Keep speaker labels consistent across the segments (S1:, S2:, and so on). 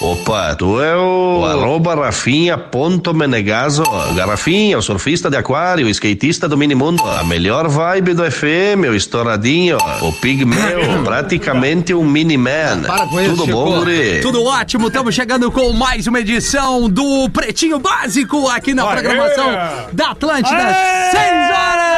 S1: Opa, tu é o, o arroba Rafinha ponto Menegazo. Garrafinha, o surfista de aquário, o skatista do minimundo. A melhor vibe do FM, o estouradinho, o pigmeu, praticamente um mini-man. Tudo
S2: Chico.
S1: bom, guri?
S2: Tudo ótimo, estamos chegando com mais uma edição do Pretinho Básico aqui na programação da Atlântida. Seis horas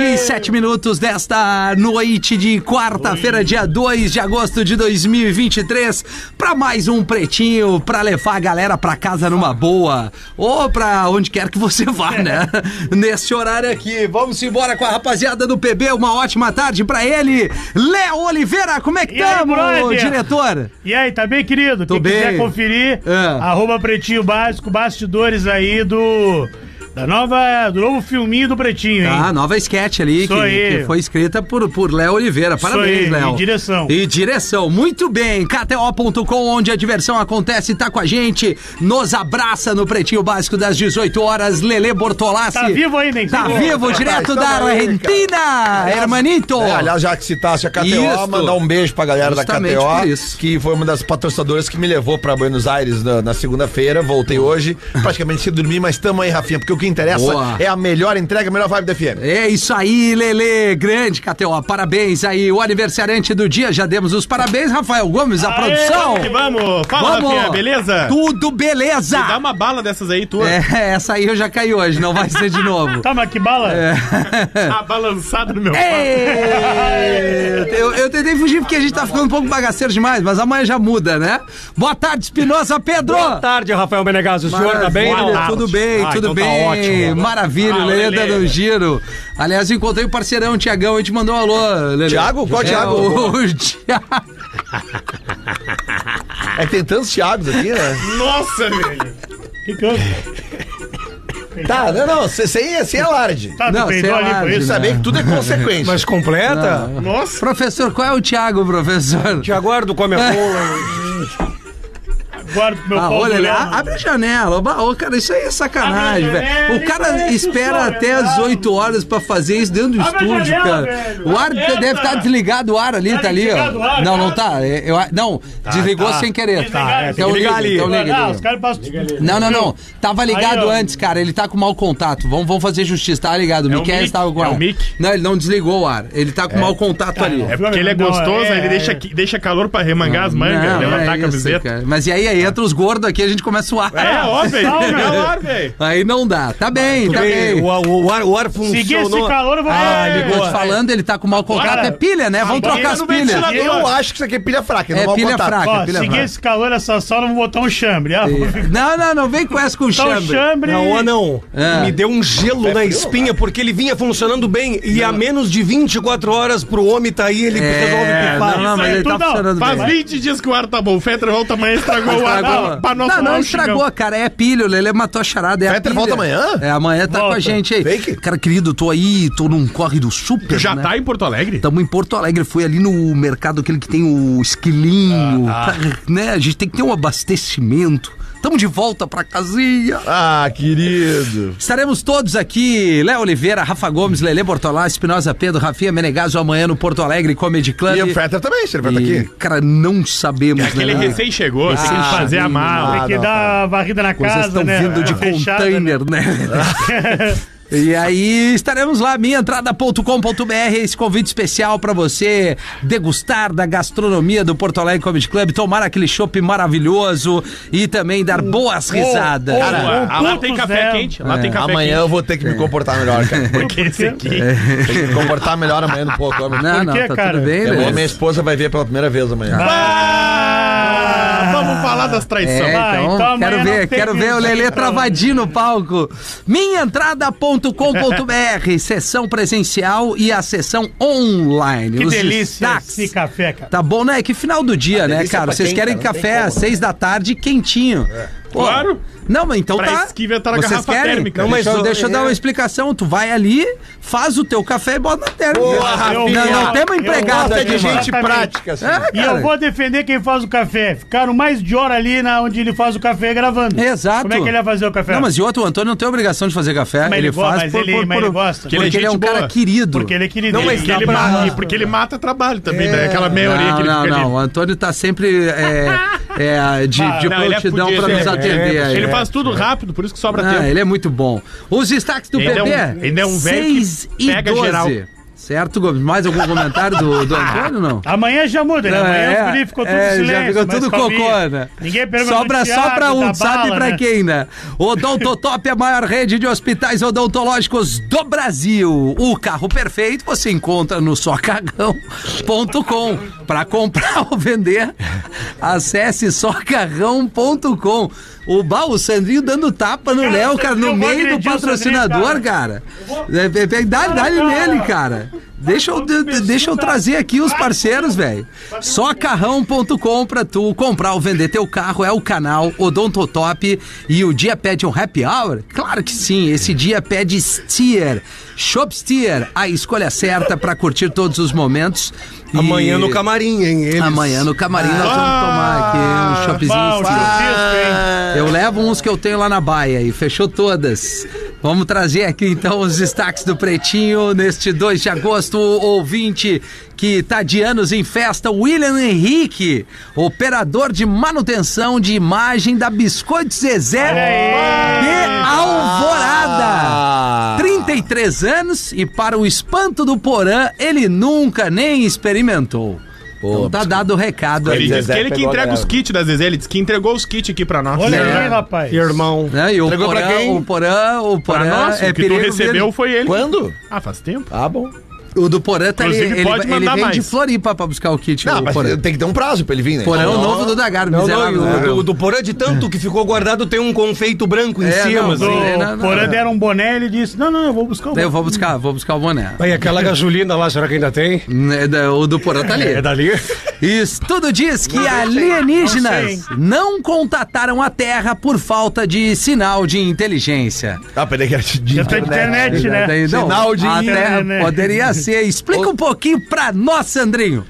S2: e sete minutos desta noite de quarta-feira, dia 2 de agosto de 2023, para mais um Pretinho, para levar a galera para casa numa boa, ou para onde quer que você vá, né? Nesse horário aqui. Vamos embora com a rapaziada do PB, uma ótima tarde para ele. Léo Oliveira, como é que
S3: E aí,
S2: estamos,
S3: brother?
S2: diretor?
S3: E aí, tá bem, querido?
S2: Tô
S3: Quem
S2: bem.
S3: quiser conferir,
S2: É.
S3: arroba Pretinho Básico, bastidores aí do. Da nova, do novo filminho do Pretinho, hein?
S2: Ah, nova sketch ali que,
S3: Isso aí.
S2: que foi escrita por, por Léo Oliveira. Parabéns,
S3: aí,
S2: Léo.
S3: e direção.
S2: E direção. Muito bem. KTO.com, onde a diversão acontece, tá com a gente. Nos abraça no Pretinho Básico das 18 horas. Lele Bortolassi.
S3: Tá vivo ainda, hein?
S2: Tá
S3: Sim.
S2: vivo,
S4: Rapaz,
S2: direto
S4: tamo
S2: da
S4: aí,
S2: Argentina, hermanito.
S4: É, aliás, já que citasse a KTO,
S2: Isso.
S4: mandar um beijo pra galera
S2: Justamente
S4: da
S2: por
S4: KTO,
S2: isso.
S4: que foi uma das patrocinadoras que me levou pra Buenos Aires na, na segunda-feira, voltei hoje, praticamente sem dormir, mas tamo aí, Rafinha, porque o que interessa
S2: Boa.
S4: é a melhor entrega, a melhor vibe da FM.
S2: É isso aí, Lele. Grande, KTO. Parabéns aí. O aniversariante do dia, já demos os parabéns. Rafael Gomes, a produção.
S5: Vamos que vamos! Fala, Rafinha, beleza?
S2: Tudo beleza.
S5: Dá uma bala dessas aí, tua.
S2: É, essa aí eu já caí hoje, não vai ser de novo.
S3: Tá, mas que bala?
S2: É.
S3: Tá
S5: A balançada no meu
S2: Ei, eu, eu tentei fugir porque a gente tá ficando um pouco bagaceiro demais, mas amanhã já muda, né? Boa tarde, Espinosa Pedro!
S6: Boa tarde, Rafael Menegas. O senhor tá bem?
S2: Maravilha,
S6: Boa
S2: Tudo
S6: tarde.
S2: bem,
S6: Ah,
S2: tudo
S6: então tá
S2: bem.
S6: ótimo.
S2: Maravilha,
S3: Ah,
S2: Lelê
S3: Lelê.
S2: dando um giro. Aliás, eu encontrei o parceirão, o Tiagão, a gente mandou um alô, Lelê.
S4: Tiago? Qual
S2: é,
S4: Tiago?
S2: O, o Tiago.
S4: É que tem tantos Thiagos aqui, né?
S5: Nossa, velho!
S3: Que que houve?
S4: tá, não, não, sem, sem sem alarde.
S3: Tá,
S2: Não,
S3: tu peidou
S2: sei
S3: ali
S2: lá,
S3: por isso?
S4: Saber que tudo é consequência.
S6: Mas completa?
S5: Nossa!
S2: Professor, qual é o Tiago, professor?
S6: Te aguardo, come a cola.
S3: Guardo pro meu
S2: Ah,
S3: pau.
S2: olha
S3: mulher.
S2: lá, abre a janela. Bah, Ô, cara, isso aí é sacanagem,
S3: Abre a
S2: velho.
S3: janela,
S2: O cara
S3: isso
S2: espera
S3: aí,
S2: até
S3: claro.
S2: as 8 horas pra fazer isso dentro do
S3: Abre a
S2: estúdio,
S3: janela,
S2: cara.
S3: velho.
S2: O ar
S3: Eita.
S2: deve estar desligado, o ar ali,
S3: Tá
S2: tá ali,
S3: desligado
S2: ó.
S3: o ar,
S2: não,
S3: cara.
S2: não tá. É, Eu, não, desligou
S6: tá.
S2: sem querer.
S3: Tá, é, tem
S2: então liga
S6: que ligar
S2: ali.
S6: ali.
S2: Então liga,
S3: Ah,
S2: liga.
S3: os caras passam.
S2: Não, não, não. Tava ligado
S3: Aí, ó.
S2: antes, cara. Ele tá com mau contato. Vamos, vamos fazer justiça. Tava ligado. O
S5: É o
S2: Miquel
S5: mic,
S2: estava com
S5: é
S2: ar.
S5: o mic.
S2: Não, ele não desligou o ar. Ele tá com mau contato ali.
S3: não.
S5: É porque ele é
S3: Não,
S5: gostoso,
S3: é,
S5: aí ele
S3: é.
S5: deixa, aqui- deixa calor pra remangar as mangas,
S2: Não,
S5: levantar
S2: é
S5: a
S2: isso,
S5: camiseta.
S2: cara. Mas e aí, aí entra os gordos aqui, a gente começa a suar.
S5: é, ó, velho!
S3: Sauna.
S5: Pegar o ar, velho!
S2: Aí não dá. Tá bem, tá bem.
S6: O, o- o ar, o ar
S2: Um
S6: funcionou.
S3: Seguir esse calor, eu vou.
S6: Ah,
S3: É.
S2: Tô
S6: ligou.
S2: te falando, ele tá com mau contrato,
S3: Cara,
S2: é pilha, né? Vamos
S3: agora
S2: trocar
S3: tá
S2: as
S5: no
S2: pilhas.
S5: ventilador.
S4: Eu acho que isso aqui é pilha fraca, não
S2: É
S4: vou
S2: pilha
S4: botar.
S2: fraca.
S3: Ó,
S2: pilha
S3: seguir
S2: fraca.
S3: esse calor, é essa sauna, eu vou botar um chambre. Ah, vou botar
S2: Não, não, não vem com essa com o
S3: um
S2: chambre.
S3: chambre.
S6: Não, ô, não.
S2: É.
S6: Me deu um gelo na espinha porque ele vinha funcionando bem e há menos de 24 horas pro homem tá aí, ele resolve
S2: É,
S6: pipar.
S2: não, não, mas ele tá
S3: Tudo não,
S2: funcionando
S5: Faz
S2: bem.
S5: 20 dias que o ar tá bom, o Fetter volta amanhã estragou o ar
S2: Estragou.
S5: pra- pra nós
S2: Não,
S5: tomar
S2: não
S5: um
S2: estragou,
S5: xingão.
S2: cara. É pilha, o Lele matou a charada. É a
S4: Petra
S2: pilha.
S4: volta amanhã?
S2: É, amanhã tá com
S3: Volta.
S2: a gente aí.
S4: Vem que-
S2: Cara, querido, tô aí, tô num corre do super.
S5: Já
S2: né?
S5: tá em Porto Alegre?
S2: Tamo em Porto Alegre, fui ali no mercado aquele que tem o esquilinho, pra- né? A gente tem que ter um abastecimento. Tamo de volta pra casinha.
S4: Ah, querido.
S2: Estaremos todos aqui, Léo Oliveira, Rafa Gomes, Lelê Bortolás, Espinosa Pedro, Rafinha Menegaso, amanhã no Porto Alegre, Comedy Club.
S4: E o Fetter também, se ele vai estar
S2: Tá E,
S4: aqui.
S2: Cara, não sabemos,
S5: É que
S2: né?
S5: ele
S2: Lelê?
S5: recém chegou, tem
S2: Ah,
S5: que fazer a mala.
S3: Tem que
S4: não,
S3: dar varrida na
S2: Vocês
S3: casa,
S2: estão
S3: né?
S2: vindo de
S3: Fechada, né?
S2: container, né? E aí estaremos lá, minhaentrada.com.br, esse convite especial pra você degustar da gastronomia do Porto Alegre Comedy Club, tomar aquele chopp maravilhoso e também dar
S3: Hum,
S2: boas risadas.
S5: Cara,
S3: Um
S5: ah, lá
S3: ponto
S5: tem café
S3: zero.
S5: quente,
S2: É.
S5: lá tem café
S4: Amanhã eu vou ter que me comportar melhor, cara.
S5: quente. Porque esse aqui.
S4: Tem que me comportar melhor amanhã no pouco. homem.
S2: não,
S3: por
S2: não,
S3: quê,
S2: tá
S3: cara?
S2: tudo bem,
S4: É bom, minha
S2: Lelê?
S4: esposa vai ver pela primeira vez amanhã.
S5: Ah, vamos falar das traições.
S2: É,
S3: Ah,
S2: então,
S3: então amanhã
S2: quero
S3: não
S2: ver,
S3: tem
S2: quero ver o
S3: isso aí então.
S2: Lelê
S3: pra
S2: travadinho no palco. Minhaentrada.com.br, sessão presencial e a sessão online.
S3: Que
S2: Os
S3: delícia
S2: destaques.
S3: esse café, Ah, cara.
S2: Tá bom, né? É que final do dia, né,
S4: delícia
S2: cara?
S4: pra
S2: Vocês
S4: quem,
S2: querem
S4: cara? Não tem
S2: café às
S4: como, né?
S3: É.
S2: seis da tarde, quentinho. Pô,
S5: Claro.
S2: Não, mas então
S5: Pra
S2: tá.
S5: isso que inventaram a
S2: Vocês
S5: garrafa
S2: querem?
S5: térmica.
S2: Não, mas
S6: Deixa
S2: deixa,
S6: eu-
S2: eu dar
S6: é.
S2: uma explicação. Tu vai ali, faz o teu café e bota na térmica.
S4: Boa, Rafinha.
S2: não, não temos
S3: Eu
S2: empregado
S3: gosto
S4: Gosta
S2: aqui,
S4: de
S3: Exatamente.
S2: mano.
S4: gente prática, assim.
S2: É,
S3: E
S2: cara.
S3: eu vou defender quem faz o café. Ficaram mais de hora ali na onde ele faz o café gravando.
S2: Exato.
S3: Como é que ele ia fazer o café?
S2: Não, mas e outro, o Antônio não tem obrigação de fazer café.
S3: Mas
S2: ele,
S3: ele gosta,
S2: faz
S3: mas
S2: por,
S3: ele-
S2: por-
S3: mas
S2: por-
S3: ele gosta.
S2: Porque ele, é um
S5: gente
S2: cara
S5: boa.
S2: querido.
S3: Porque ele é querido.
S5: Então,
S6: Não, mas
S3: Porque
S6: dá
S3: ele
S6: pra-
S3: mata-
S5: E porque ele mata trabalho também, né? Aquela meia horinha
S2: não,
S5: que ele
S2: não,
S5: fica ali.
S2: não. O Antônio tá sempre é, é, de, de
S5: Não, ele é
S2: prontidão
S5: fudido,
S2: pra nos
S5: é,
S2: atender.
S5: é,
S2: aí.
S5: Ele faz tudo rápido, por isso que sobra tempo.
S2: Ah, ele é muito bom. Os destaques do
S5: Ele
S2: PP.
S5: é um- ele é um velho que
S2: 6 e
S5: pega
S2: 12.
S5: geral.
S2: Certo, Gomes? Mais algum comentário do, do Antônio, não?
S3: Amanhã já muda, né?
S2: Não,
S3: Amanhã
S2: é,
S3: os guri ficou tudo
S2: é,
S3: em silêncio.
S2: Já ficou
S3: mas
S2: tudo
S3: calminha.
S2: cocô, né?
S3: Ninguém pergunta
S2: Sobra
S3: do
S2: só pra
S3: Thiago,
S2: um,
S3: da
S2: sabe
S3: bala,
S2: pra
S3: né?
S2: quem, né? Odontotop é a maior rede de hospitais odontológicos do Brasil. O carro perfeito você encontra no socagão.com. Pra comprar ou vender, acesse socarrão.com. O baú, o Sandrinho dando tapa no Léo, cara, no
S3: eu vou
S2: meio do
S3: agredir o Sandrinho,
S2: patrocinador, cara. É, pe- pe- Dá-lhe dá-lhe nele, cara. Deixa eu, de- de- deixa eu trazer aqui os parceiros, velho. Socarrão.com pra tu comprar ou vender teu carro é o canal Odontotop e o dia pede um happy hour? Claro que sim, esse dia pede steer. Shop Steer, a escolha certa pra curtir todos os momentos. E
S6: Amanhã no camarim, hein? Eles.
S2: Amanhã no camarim nós vamos tomar aqui um
S3: Bah, o
S2: shopzinho. steer.
S3: chupisco,
S2: Eu levo uns que eu tenho lá na baia e fechou todas. Vamos trazer aqui então os destaques do Pretinho neste 2 de agosto. O ouvinte que tá de anos em festa, William Henrique, operador de manutenção de imagem da Biscoito Zezé de
S4: Ah!
S2: Alvorada. 33 anos e para o espanto do Porã, ele nunca nem experimentou. então tá dado o recado
S5: Ele
S2: aí.
S5: diz que ele que
S4: pegou
S5: entrega
S4: dela.
S5: os kits da Zezé, ele disse que entregou os kits aqui pra nós. Né?
S3: hein? Olha
S2: É.
S3: aí, rapaz.
S6: Irmão.
S2: Né? E o
S4: Entregou pra
S2: Porã,
S4: quem?
S2: o Porã, o
S5: Pra
S2: Porã
S5: nós,
S2: é
S5: o que tu
S2: perigo dele.
S5: recebeu foi ele.
S2: um.
S4: Quando?
S5: Ah, faz tempo.
S4: Ah, bom.
S2: O do Porã tá
S5: Inclusive,
S2: ele,
S5: pode
S2: ele, ele
S5: mandar
S2: vem
S5: mais.
S2: de Floripa pra buscar o kit.
S4: Não,
S2: o
S4: mas
S2: Porã.
S4: tem que ter um prazo pra ele vir, né?
S2: Porã é o
S4: Não,
S2: novo do Dagar,
S6: Não, não, e
S2: miserável. né?
S6: o do, do porã de tanto que ficou guardado tem um confeito branco em
S2: É,
S6: cima.
S2: não,
S6: assim.
S2: do-
S3: O
S2: Não, não,
S3: Porã
S2: não.
S3: deram um boné ele disse: Não, não, não, eu vou buscar um o
S2: Eu vou buscar, vou buscar o boné.
S6: Aí aquela gasolina lá, será que ainda tem?
S2: É da- O do Porã tá ali.
S6: dali?
S2: Estudo diz que
S3: Não sei,
S2: alienígenas
S3: hein.
S2: não contataram a Terra por falta de sinal de inteligência.
S4: Ah, peraí, que era de
S3: Já
S2: um
S3: tá de internet, né?
S2: Daí, não,
S4: Sinal de
S2: a Terra
S3: internet.
S2: poderia ser. Explica um pouquinho pra nós, Sandrinho.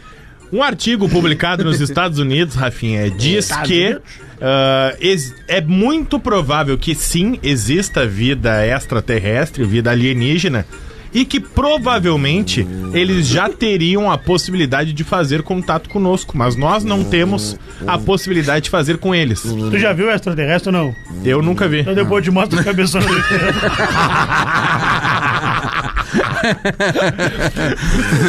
S5: Um artigo publicado nos Estados Unidos, Rafinha, diz que ah, ex- é muito provável que sim exista vida extraterrestre, vida alienígena, e que provavelmente eles já teriam a possibilidade de fazer contato conosco, mas nós não temos a possibilidade de fazer com eles.
S3: Tu já viu o extraterrestre ou não?
S5: Eu nunca vi.
S3: Então depois eu te mostro a cabeça dele.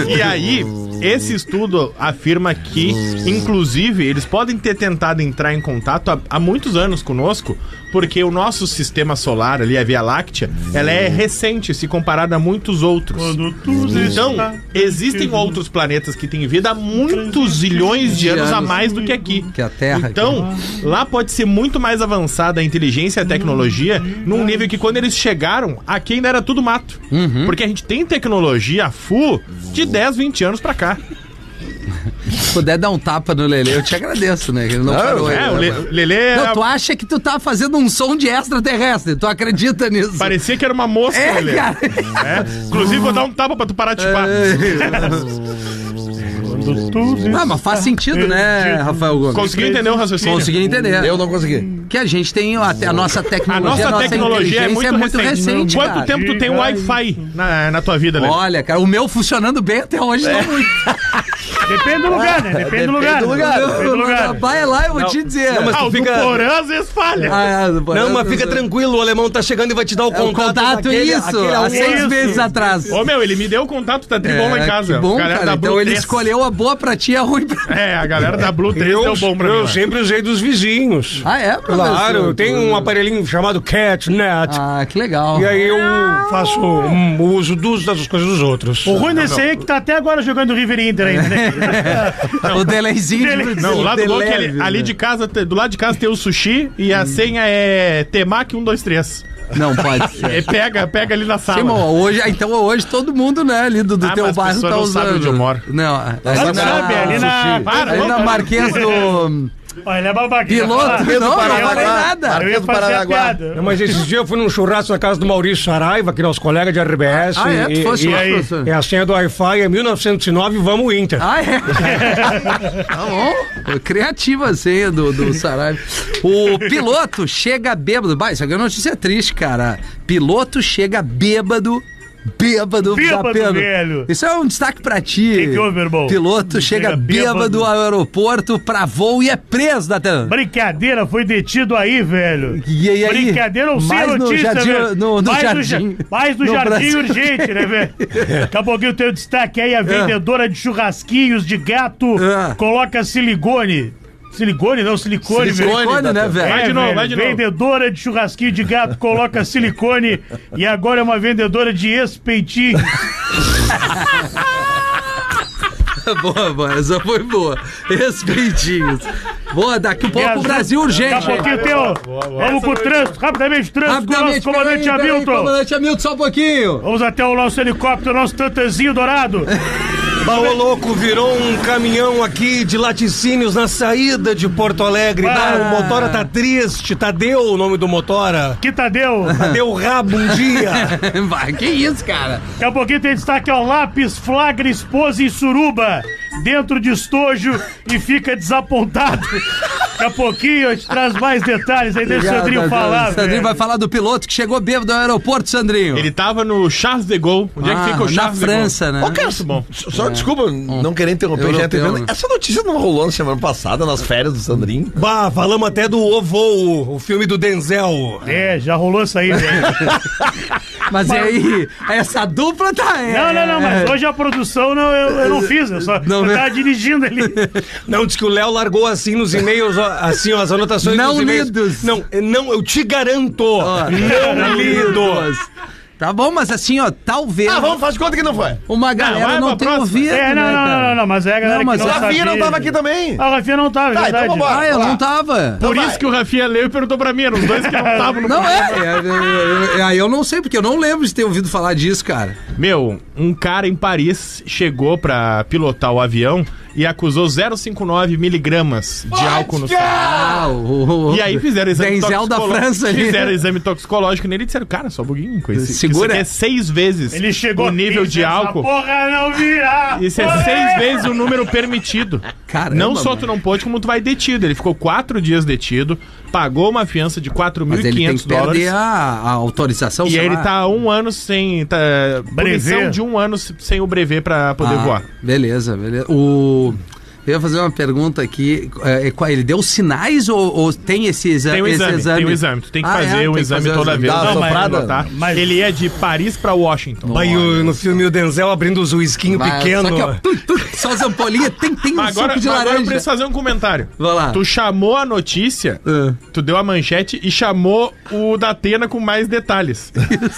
S5: E aí, esse estudo afirma que, inclusive, eles podem ter tentado entrar em contato há, há muitos anos conosco, porque o nosso sistema solar, ali, a Via Láctea, ela é recente se comparada a muitos outros.
S3: Quando tu
S5: Então, existem outros planetas que têm vida há muitos zilhões de anos a mais do que aqui.
S2: Que a Terra.
S5: Então, lá pode ser muito mais avançada a inteligência e a tecnologia num nível que quando eles chegaram, aqui ainda era tudo mato.
S2: Uhum.
S5: Porque a gente tem tecnologia a full de 10, 20 anos pra cá.
S2: Se puder dar um tapa no Lele, eu te agradeço, né? que Ele não, parou
S5: É,
S2: ainda,
S5: o Le-
S2: mas-
S5: Lelê era-
S2: Não, tu acha que tu tá fazendo um som de extraterrestre, tu acredita nisso?
S5: parecia que era uma mosca,
S2: É,
S5: Lelê.
S2: cara. É,
S5: É. Inclusive, vou dar um tapa pra tu parar de chupar.
S3: Quando tu
S2: Ah, mas faz sentido, né, Rafael Gomes?
S5: Conseguiu entender o raciocínio?
S2: Consegui entender.
S3: né?
S4: Eu não consegui.
S2: Que a gente tem até a nossa
S5: A
S2: tecnologia,
S5: nossa tecnologia é muito,
S2: inteligência
S5: recente. Quanto
S2: cara.
S5: tempo tu tem Wi-Fi na, na tua vida, Lelê?
S2: Olha, cara, o meu funcionando bem até hoje não muito.
S3: Depende do lugar, né? Depende do lugar.
S4: do lugar.
S3: Depende do lugar.
S2: Vai lá, eu vou te dizer.
S6: não, mas-
S5: Ah, o
S6: Fica-
S5: do Porã às vezes falha.
S2: Ah, é,
S6: Não, mas fica tranquilo, o alemão tá chegando e vai te dar o
S2: É, O
S6: contato.
S2: contato, é
S6: daquele-
S2: isso,
S6: aquele
S2: há
S6: aluno.
S2: seis
S3: isso.
S2: meses atrás. É,
S5: Ô meu, ele me deu o contato, tá tribom lá em casa.
S2: Que bom,
S5: Galera
S2: cara.
S5: da
S2: Então
S5: Blue
S2: ele
S5: 3.
S2: escolheu a boa pra ti e a ruim pra
S5: É, a galera da Blue 3
S6: Eu,
S5: deu bom pra mim.
S6: eu
S5: lá.
S6: sempre usei dos vizinhos.
S2: Ah, é, professor?
S6: Claro, tem um aparelhinho chamado CatNet.
S2: Ah, que legal.
S6: E aí eu faço um uso dos, das coisas dos outros.
S3: O ruim desse aí é que tá até agora jogando River e Inter ainda, né?
S2: o delayzinho
S3: Delay-
S2: de
S5: Não, lá do
S2: de
S5: gol que
S2: leve,
S5: ele, ali
S2: né? Hum.
S5: de casa, te- do lado de casa tem o sushi e a senha é Temac 123.
S2: Não, pode ser.
S5: É, pega, pega ali na sala.
S2: Sim, bom, hoje, então hoje todo mundo, né, ali do, do
S5: Ah,
S2: teu
S5: mas
S2: bairro
S5: pessoa
S2: tá
S5: não
S2: usando.
S5: sabe onde eu moro.
S2: Não, ali
S3: Sabe,
S2: na,
S3: ali na.
S2: ali na Marquês do.
S3: Olha, ele é babaca.
S2: Piloto?
S3: Eu ia falar.
S2: Não, não
S4: Paraguai.
S2: falei nada.
S3: Eu
S4: Armando
S3: ia
S4: do
S3: fazer a
S4: Paranaguá.
S3: piada.
S6: Não, mas esses dias eu fui num churrasco na casa do Maurício Saraiva, que é nosso colega de RBS.
S2: Ah, é? Tu
S6: E,
S2: foi
S6: e,
S2: churrasco,
S6: aí,
S2: professor?
S6: é a senha do Wi-Fi, é 1909, vamos Inter.
S2: Ah, é? tá bom. Criativa a senha do, do Saraiva. O piloto chega bêbado. Bah, isso aqui é uma notícia triste, cara. Piloto chega bêbado. Bêbado,
S3: Bêbado,
S2: zapeando.
S3: velho.
S2: Isso é um destaque pra ti.
S3: Que que houve, meu irmão?
S2: Piloto chega,
S3: Chega
S2: bêbado,
S3: bêbado.
S2: ao aeroporto pra voo e é preso da
S3: Brincadeira, foi detido aí, velho.
S2: E aí, aí?
S3: Brincadeira, não sei
S2: Mais no
S3: notícia,
S2: jardim-
S3: velho.
S2: no- no
S3: mais
S2: jardim.
S3: No, ja- mais no,
S2: No
S3: jardim
S2: Brasil. Ah.
S3: urgente, né, velho? Daqui a pouquinho tem o destaque aí, a vendedora de churrasquinhos de gato
S2: É.
S3: coloca silicone. Silicone, não, silicone, velho. É,
S2: Silicone, né, velho?
S5: Vai de novo, vai de novo.
S3: Vendedora de churrasquinho de gato coloca silicone e agora é uma vendedora de espeitinho.
S2: boa, boa. Essa foi boa. Respeitinhos. Boa, daqui um pouco o Brasil urgente.
S3: Daqui a pouquinho tem o.
S5: é
S3: Vamos pro trânsito, rapidamente, trânsito com o nosso
S2: Rapidamente,
S3: comandante
S2: peraí, peraí,
S3: Hamilton.
S2: Comandante Hamilton, só um pouquinho.
S3: Vamos até o nosso helicóptero, nosso tantanzinho dourado.
S6: Baú louco virou um caminhão aqui de laticínios na saída de Porto Alegre.
S3: Ah.
S6: Não, o Motora tá triste, Tadeu o nome do Motora.
S3: Que Tadeu.
S6: Tadeu Rabo um dia.
S2: Vai, que isso, cara?
S3: Daqui a pouquinho tem destaque ao lápis, flagra esposa em suruba, dentro de estojo e fica desapontado. Daqui a pouquinho a gente traz mais detalhes aí, deixa o Sandrinho
S2: Obrigado,
S3: falar. né?
S2: O Sandrinho
S3: velho.
S2: vai falar do piloto que chegou bêbado ao aeroporto, Sandrinho.
S5: Ele tava no Charles de Gaulle. Onde é
S2: Ah,
S5: que fica o
S2: na
S5: Charles de Gaulle?
S2: França, né?
S4: Ô, cara,
S5: bom.
S4: só desculpa
S6: Hum.
S4: não querer interromper,
S2: Europeu,
S4: já tô
S2: né?
S4: vendo. Essa notícia não rolou na semana passada, nas férias do Sandrinho.
S6: Bah, falamos até do O Voo, o filme do Denzel.
S3: É, já rolou isso aí, velho.
S2: Mas, e aí, essa dupla tá. é-
S3: Não, não, não, mas hoje a produção não, eu, eu não fiz, eu só
S2: Não,
S3: eu
S2: né?
S3: tava dirigindo ali.
S6: Não, diz que o Léo largou assim nos e-mails, ó, assim, ó, as anotações
S2: Não
S6: dos e-mails.
S2: lidos.
S6: Não, eh, não, eu te garanto.
S2: Ó,
S6: não lidos.
S2: Tá bom, mas assim, ó, talvez
S4: Ah, vamos, faz de conta que não foi.
S2: uma galera
S5: Tá vai
S2: não
S5: pra
S2: tenha
S5: próxima.
S2: ouvido.
S3: É, não,
S2: né,
S3: não, não,
S2: cara?
S3: não, não, mas é a galera
S2: Não, mas
S3: que não
S2: a
S4: A
S3: sabia.
S4: Rafinha não tava aqui também.
S3: A Rafinha não tava, é
S4: Tá, então
S3: verdade.
S4: vambora.
S2: Ah, eu
S4: Vamos lá.
S2: não tava.
S5: Por
S4: Vai.
S5: isso que o Rafinha leu e perguntou pra mim. Eram os dois que não estavam no
S2: Não é, é, é, é, aí eu não sei, porque eu não lembro de ter ouvido falar disso, cara.
S5: Meu, um cara em Paris chegou pra pilotar o avião e acusou 0,59 miligramas de álcool no sangue.
S2: Ah, o, o-
S5: E aí fizeram exame
S2: Denzel da
S5: toxicolo-
S2: França ali.
S5: Fizeram exame toxicológico nele e disseram, cara, só um pouquinho. com esse-
S2: Segura.
S5: Isso aqui é seis vezes
S3: Ele chegou
S5: o nível
S3: "Isso,
S5: de
S3: essa
S5: álcool.
S3: Porra, não virá.
S5: Isso é
S3: Olé!
S5: seis vezes o número permitido.
S2: Caramba,
S5: não só
S2: mano.
S5: tu não pôde, como tu vai detido. Ele ficou quatro dias detido, pagou uma fiança de
S2: Mas ele tem que
S5: 4.500
S2: perder
S5: dólares.
S2: a, a autorização,
S5: E
S2: sei
S5: aí ele
S2: lá.
S5: tá um ano sem. Tá,
S3: Brevet.
S5: punição de um ano se- sem o brevet pra poder
S2: Ah,
S5: voar.
S2: Beleza, beleza. O... Eu ia fazer uma pergunta aqui. é, é, qual- Ele deu sinais ou, ou tem esse exame?
S5: Tem um
S2: esse
S5: exame, tem um exame. Tu tem que
S2: Ah, é?
S5: fazer um
S2: Tem que
S5: exame
S2: fazer o
S5: toda vez.
S4: Dá uma
S5: Não, mas-
S4: soprada?
S5: tá?
S3: Mas-
S5: Ele é de Paris pra Washington.
S6: Aí o- no filme o Denzel abrindo os uisquinhos
S2: Vai,
S6: pequenos.
S2: Só, que, é ó, tu, tu, só as ampolinhas, tem, tem um
S5: Mas agora,
S2: suco de
S5: mas agora eu
S2: laranja.
S5: preciso fazer um comentário.
S2: Vai lá.
S5: Tu chamou a notícia,
S2: Ah.
S5: tu deu a manchete e chamou o da Atena com mais detalhes.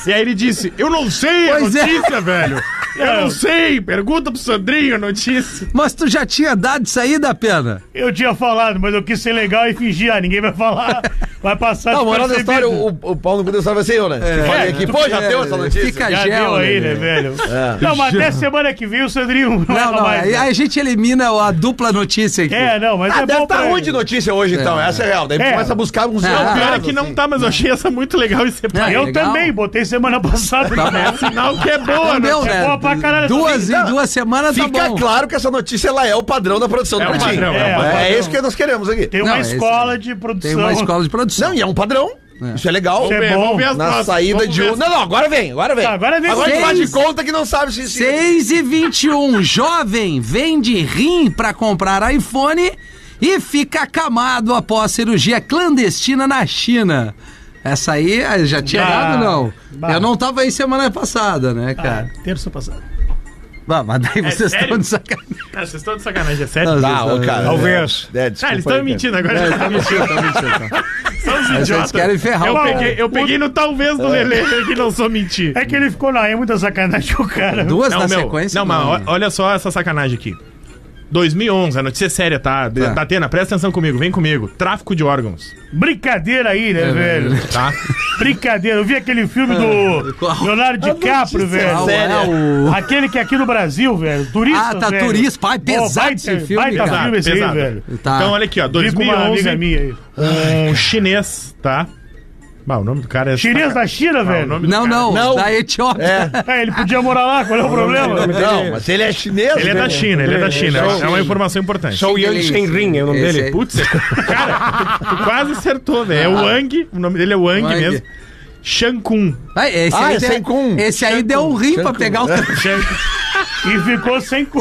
S5: E aí ele disse: Eu não sei
S2: Pois é.
S5: a notícia, velho. Eu não sei. Pergunta pro Sandrinho a notícia.
S2: Mas tu já tinha dado isso aí da pena?
S3: Eu tinha falado, mas eu quis ser legal e fingir, ah, ninguém vai falar. Vai passar
S4: Não, Ah, moral da história,
S3: despercebido.
S4: o, o Paulo no cu da história vai ser eu, né? Que falei aqui, pô, já
S2: É,
S4: deu essa notícia.
S2: Fica
S3: Já
S2: gel,
S3: deu aí, né,
S2: né?
S3: velho? Não, mas até semana que vem o Sandrinho não,
S2: Não,
S3: fala
S2: não,
S3: mais.
S2: aí
S3: né?
S2: a gente elimina a dupla notícia aqui.
S3: É, não, mas
S4: Ah,
S3: é
S4: deve
S3: bom
S2: tá
S4: estar
S3: pra
S4: ruim
S3: ele.
S4: de notícia hoje, então. Essa é a real. Daí
S3: É.
S4: começa a buscar uns.
S2: Ah,
S5: Pior é
S2: não
S5: que não tá, mas eu achei essa muito legal e separei.
S3: Eu
S2: legal.
S3: também, botei semana passada.
S5: É sinal que é boa,
S2: Não
S5: né?
S2: deu,
S3: É
S2: né?
S3: boa pra caralho
S2: duas
S3: também.
S2: em duas semanas tá
S4: Fica
S2: bom.
S4: claro que essa notícia ela é o padrão da produção
S5: É
S4: do
S5: o
S4: Pretinho.
S5: padrão,
S3: é o
S4: é,
S3: padrão.
S4: é isso que nós queremos aqui.
S3: Tem
S2: Não,
S3: uma
S2: é isso
S3: escola
S2: aí.
S3: de
S2: Tem
S3: produção.
S2: uma escola de produção.
S4: Não, e é um padrão. Isso é legal.
S3: Isso é
S5: Vamos ver,
S3: bom.
S5: vamos ver as
S4: Na
S5: próximas.
S4: saída
S5: Vamos
S4: de
S5: ver
S4: um. Não, não, agora vem, agora vem.
S3: Tá, agora vem
S4: Agora
S3: seis.
S4: faz de conta que não sabe se. se-
S2: 6 e 21, jovem vende rim pra comprar iPhone e fica acamado após cirurgia clandestina na China. Essa aí eh, já tinha
S3: Bah.
S2: dado, não?
S3: Bah.
S2: Eu não tava aí semana passada, né, cara?
S3: É, Terça passada.
S2: Bah, mas daí vocês
S5: sério?
S2: estão de sacanagem.
S5: Ah, Vocês estão de sacanagem, é sério?
S4: Tá, ô, cara.
S6: Talvez.
S4: É,
S5: Ah,
S4: desculpa
S5: eles estão
S4: aí, cara.
S5: mentindo agora. eles tão mentindo. São os idiotas.
S2: Vocês querem ferrar
S5: Eu
S2: o
S5: peguei, eu peguei no talvez do Lele, que não sou mentir.
S3: É que ele ficou na é muita sacanagem com o cara.
S2: Duas
S5: Não,
S2: na
S5: meu,
S2: sequência?
S5: não, mas o- olha só essa sacanagem aqui. 2011, a notícia é séria, tá? D-
S2: Tá.
S5: Datena, presta atenção comigo, vem comigo. Tráfico de órgãos,
S3: Brincadeira aí,
S2: É,
S3: né, velho?
S5: tá?
S3: Brincadeira. Eu vi aquele filme
S2: qual?
S3: do Leonardo DiCaprio, velho.
S2: Ah, é o-
S3: Aquele que é aqui no Brasil, velho. Turista,
S2: Ah, tá,
S3: velho.
S2: turista. Pai,
S3: Pô,
S2: pesado esse filme,
S3: baita
S2: cara.
S3: filme esse aí,
S5: Pesado.
S3: velho.
S2: Tá.
S5: Então olha aqui, ó,
S3: Vi com uma amiga
S5: 2011,
S3: minha aí.
S5: um chinês, tá? Bah, o nome do cara é...
S3: Chinês da China,
S5: Ah, o
S3: velho.
S5: nome do
S2: Não,
S5: cara-
S2: não,
S4: Não.
S2: da Etiópia.
S3: É, ele podia morar lá,
S5: Ah,
S3: qual é o problema?
S4: Não, mas ele é chinês.
S5: Ele é
S4: né?
S5: da China, ele é da China. É uma- É uma informação importante.
S6: Sou Yang Shenrin, é o nome
S2: Esse
S6: dele.
S2: aí.
S5: Putz, é- cara, tu, tu quase acertou, velho. É
S3: Ah.
S5: o Wang, o nome dele é Wang,
S2: Wang.
S5: mesmo. Shankun.
S2: Ah, esse
S4: Ah,
S2: aí,
S4: é
S2: deu-
S4: sem cum.
S2: esse aí deu um rim pra pegar o.
S3: É. E ficou sem cu.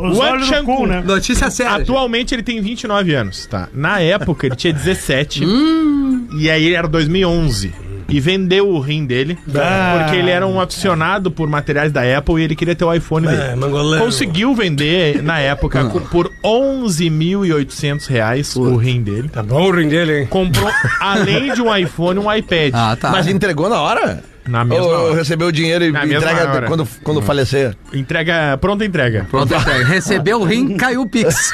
S3: Os
S5: Wang
S3: olhos no cu,
S5: Chang-kun.
S3: né?
S2: Notícia séria.
S5: Atualmente ele tem 29 anos, tá? Na época ele tinha 17.
S2: Hum.
S5: e aí ele era 2011. E vendeu o rim dele,
S2: Ah.
S5: porque ele era um aficionado por materiais da Apple e ele queria ter o iPhone
S6: É,
S5: dele.
S6: mangolão.
S5: Conseguiu vender, na época,
S2: Ah.
S5: co- por 11.800 reais o rim dele.
S6: Tá bom o rim dele, hein?
S5: Comprou, além de um iPhone, um iPad.
S2: Ah, tá.
S4: Mas entregou na hora?
S5: Na mesma
S4: Ou
S5: hora.
S4: recebeu o dinheiro e
S5: Na mesma
S4: entrega
S5: hora.
S4: quando, quando falecer?
S5: Entrega, pronta entrega.
S2: Pronto, é, recebeu o rim, caiu o Pix.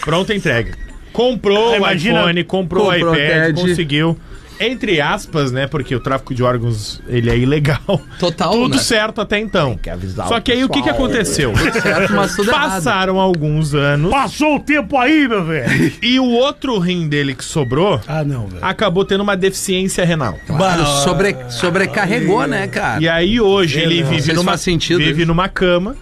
S5: Pronta entrega. Comprou
S3: Imagina-
S5: o iPhone, comprou,
S2: Comprou
S5: o
S2: o
S5: iPad,
S2: iPad.
S5: conseguiu. Entre aspas, né? Porque o tráfico de órgãos, ele é ilegal.
S2: Total,
S5: Tudo
S2: né?
S5: certo até então.
S4: avisar
S5: Só
S4: o
S5: que aí o que, que
S4: pessoal.
S5: aconteceu?
S2: Certo, mas tudo errado.
S5: Passaram alguns anos
S3: Passou o tempo aí, meu velho.
S5: e o outro rim dele que sobrou
S3: Ah, não, velho.
S5: acabou tendo uma deficiência renal.
S2: Claro, sobre, sobrecarregou, né, cara?
S5: E aí hoje ele
S2: Isso
S5: vive
S2: faz
S5: numa,
S2: sentido,
S5: vive
S2: isso.
S5: numa cama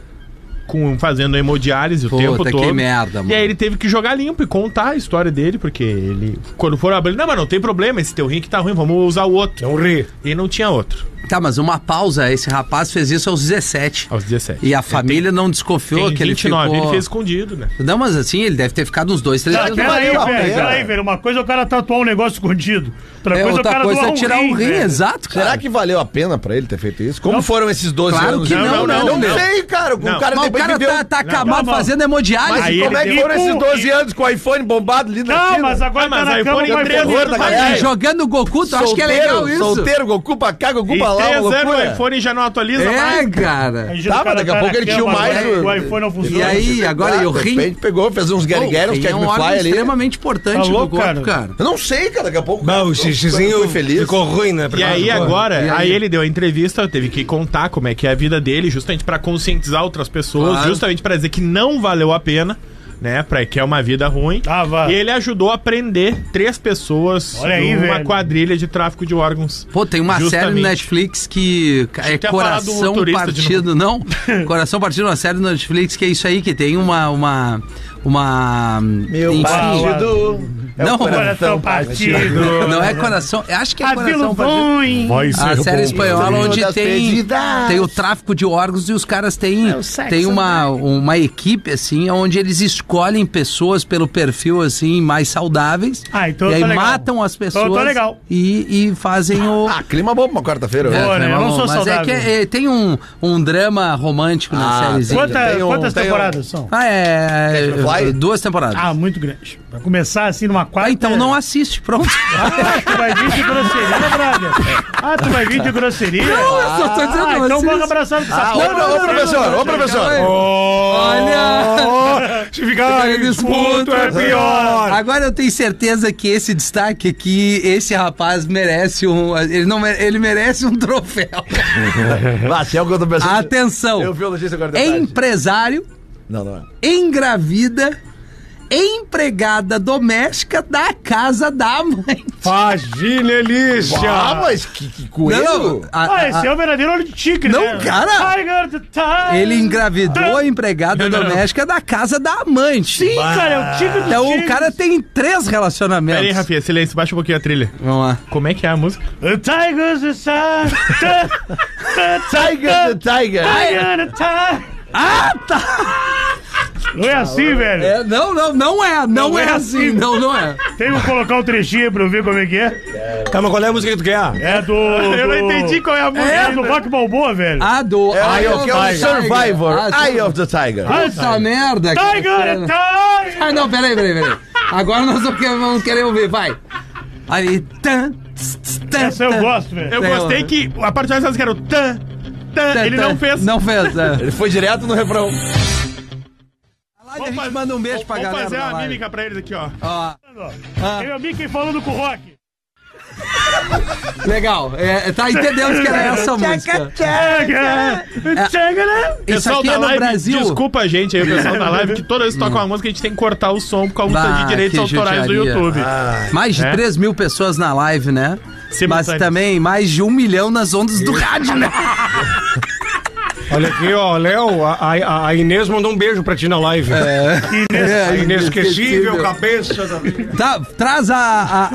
S5: com fazendo hemodiálise o
S2: Puta,
S5: tempo
S2: que
S5: todo.
S2: merda, mano.
S5: E aí ele teve que jogar limpo e contar a história dele, porque ele quando foram abrir, não, mas não tem problema, esse teu rim que tá ruim, vamos usar o outro.
S6: Não ri.
S5: E não tinha outro
S2: Tá, mas uma pausa. Esse rapaz fez isso aos 17.
S5: aos 17.
S2: E a família não desconfiou
S5: tem
S2: que ele
S5: 29,
S2: ficou...
S5: ele fez escondido, né?
S2: Não, mas assim, ele deve ter ficado uns dois, três anos. no
S3: Pera aí,
S2: Maranhão, né,
S3: velho. Pera
S2: cara?
S3: aí, velho. Uma coisa é o cara tatuar um negócio escondido. Outra
S2: É,
S3: coisa é o
S2: outra
S3: cara
S2: coisa
S3: doar
S2: é tirar um rim,
S3: velho.
S2: exato, cara.
S4: Será que valeu a pena pra ele ter feito isso? Como foram esses 12
S2: Claro
S4: anos?
S2: que não,
S5: né,
S4: Não,
S5: meu?
S4: sei, cara. O
S5: Não.
S4: cara
S2: Mas o
S4: depois
S2: cara
S4: viveu- um
S2: tá, tá acabando
S3: não.
S2: fazendo hemodiálise.
S5: Aí
S4: Como é que
S3: ele-
S4: foram
S3: e
S4: esses
S3: com-
S4: 12 anos com o iPhone bombado ali na
S3: Não,
S4: China?
S3: mas agora
S5: Ah, mas
S3: tá na
S5: aí
S3: cama
S5: foi
S3: com o
S5: três
S3: iPhone.
S5: anos
S3: outro
S4: da
S3: vai-
S4: galera.
S2: E
S4: é.
S2: Tá jogando Goku, tu acha que é legal isso?
S4: Solteiro, Goku pra cá, Goku
S5: E
S4: pra lá, uma
S5: três anos
S4: loucura.
S5: o iPhone já não atualiza mais.
S2: É, cara.
S3: Imagina o
S4: Tá, mas
S3: cara
S4: daqui a
S3: tá
S4: pouco
S3: na
S4: ele tinha
S3: cama,
S4: mais
S3: agora
S4: o-
S3: O iPhone não funciona.
S2: um E aí, agora
S4: Ah,
S2: e o
S4: de
S2: rim?
S4: repente pegou, fez uns
S2: Pô,
S4: get get uns
S2: rim é
S4: catch
S2: um
S4: me
S2: órgão
S4: fly ali.
S2: extremamente importante
S3: Tá louco,
S2: do corpo,
S3: cara?
S2: cara.
S4: Eu não sei, cara, daqui a pouco...
S6: Bah, o xixizinho
S4: foi feliz.
S6: ficou ruim, né?
S5: E aí agora,
S2: E aí?
S5: aí? ele deu a entrevista, teve que contar como é que é a vida dele, justamente pra conscientizar outras pessoas,
S2: Claro.
S5: justamente pra dizer que não valeu a pena, né, para que é uma vida ruim.
S3: Ah, vá.
S5: E ele ajudou a prender três pessoas
S3: Olha aí,
S5: numa
S3: velho.
S5: quadrilha de tráfico de órgãos.
S2: Pô, tem uma série
S5: Justamente.
S2: no Netflix que é
S5: até falado do
S2: Coração
S5: motorista de
S2: Partido, não? Coração Partido, uma série no Netflix que é isso aí, que tem uma. uma uma
S4: Meu
S2: enfim,
S4: partido... é o
S2: Não,
S3: Coração
S4: coração
S3: partido.
S2: não é coração, eu acho que é
S3: Aquilo
S2: coração partido.
S3: ruim.
S2: A série espanhola
S4: Senhor
S2: onde
S4: das
S2: tem,
S4: perdidas. É
S2: tem o tráfico de órgãos e os caras têm, têm uma, uma equipe assim, onde eles escolhem pessoas pelo perfil assim mais saudáveis.
S3: Ah, então
S2: e
S3: eu
S2: aí
S3: tô legal.
S2: matam as
S3: eu tô
S2: pessoas
S3: legal.
S2: E, e fazem o.
S4: Ah, clima bom pra uma quarta-feira.
S2: É,
S4: velho.
S3: Boa, né?
S2: mas
S3: Eu não
S2: bom,
S3: sou
S2: mas é que
S3: saudável.
S2: é, tem um, um drama romântico na
S4: Ah,
S2: sériezinha.
S3: Quanta-
S4: Tem um-
S3: Quantas
S4: tem um-
S3: temporadas são?
S2: Ah, é.
S4: Catch me fly?
S2: Duas temporadas.
S3: Ah, muito grande. Pra começar assim numa
S2: Ah,
S3: quarta.
S2: então não assiste, pronto.
S3: Ah, tu vai vir de grosseria, brother. Ah, tu vai vir de grosseria?
S2: eu só tô dizendo,
S3: Ah,
S2: não
S3: então
S2: assiste.
S3: vamos abraçar essa
S4: Ah, ô,
S3: porra,
S4: ô,
S3: né?
S4: professor, ô, professor.
S2: Olha!
S6: Se ficar
S2: Ele disputa,
S6: é
S2: Ah.
S6: pior.
S2: Agora eu tenho certeza que esse destaque aqui, esse rapaz merece um. Ele, não, mere- ele merece um troféu.
S4: Vá, se é o que eu tô pensando. Eu
S2: Atenção!
S4: vi a notícia agora de tarde.
S2: Empresário
S4: Não, não é.
S2: engravida empregada doméstica da casa da mãe.
S6: Vagina
S4: Ah,
S6: Elícia.
S4: mas que, que coelho.
S2: a-
S3: Ah,
S2: a-
S3: esse é o verdadeiro olho de tigre,
S2: Não,
S3: né?
S2: cara.
S3: Tiger the Tiger.
S2: Ele engravidou a empregada doméstica da casa da amante.
S3: Sim, cara, é o tigre do
S2: Então
S3: tigre.
S2: o cara tem três relacionamentos.
S5: Pera aí, Rafinha, silêncio, baixa um pouquinho a trilha.
S2: Vamos lá.
S5: Como é que é a música?
S3: The Tiger's the Tiger.
S4: Tiger the Tiger.
S3: Tiger the Tiger.
S2: Ah, tá!
S3: Não é assim, velho.
S2: É, não, não, não é, não, é,
S3: é
S2: assim,
S3: assim.
S2: não, não é.
S3: Tem que colocar um trechinho aí pra eu ver como é que é.
S6: Calma, qual é a música que tu quer?
S3: É do. Eu
S5: não entendi
S3: qual é a
S2: música.
S3: É do Rock Balboa, velho.
S2: A do
S4: É
S2: Eye
S4: o
S2: of
S4: que é o
S2: the
S4: Survivor.
S2: Tiger. Ah,
S4: Eye of the Tiger.
S2: Puta merda, cara.
S3: Tiger the Tiger.
S2: Ah, não, peraí, peraí, peraí. Agora nós vamos querer, vamos querer ouvir, vai. Aí. Tan, tss, tss, tan,
S3: Essa eu
S2: tan.
S3: gosto, velho.
S5: Eu
S2: Sei
S5: gostei
S2: lá.
S5: que a parte mais que era o tan, Tã, Ele não fez.
S2: Não fez, é.
S4: Ele foi direto no refrão.
S2: A gente
S5: faz-
S2: manda um beijo pra
S5: vamos
S2: galera.
S5: fazer
S2: da
S5: uma
S2: live.
S5: mímica pra eles aqui, ó.
S2: Ó,
S3: Tem o Mickey falando com o Rock.
S2: legal. É, tá entendendo que era essa a música.
S3: Chega! Chega, né?
S2: É, Isso aqui é no
S5: live,
S2: Brasil. Hum.
S5: desculpa a gente aí, o pessoal da live, que toda vez que toca uma música a gente tem que cortar o som por causa
S2: Bah,
S5: de direitos
S2: que
S5: autorais do
S2: judiaria. Ah.
S5: YouTube.
S2: Mais de
S5: É.
S2: 3 mil pessoas na live, né? Mas
S5: Simultâneas.
S2: também mais de um milhão nas ondas do rádio, né?
S6: Olha aqui, ó, Léo, a, a- a Inês mandou um beijo pra ti na live.
S2: É,
S6: Inesquecível, cabeça da minha.
S2: Tá, traz a, a- a-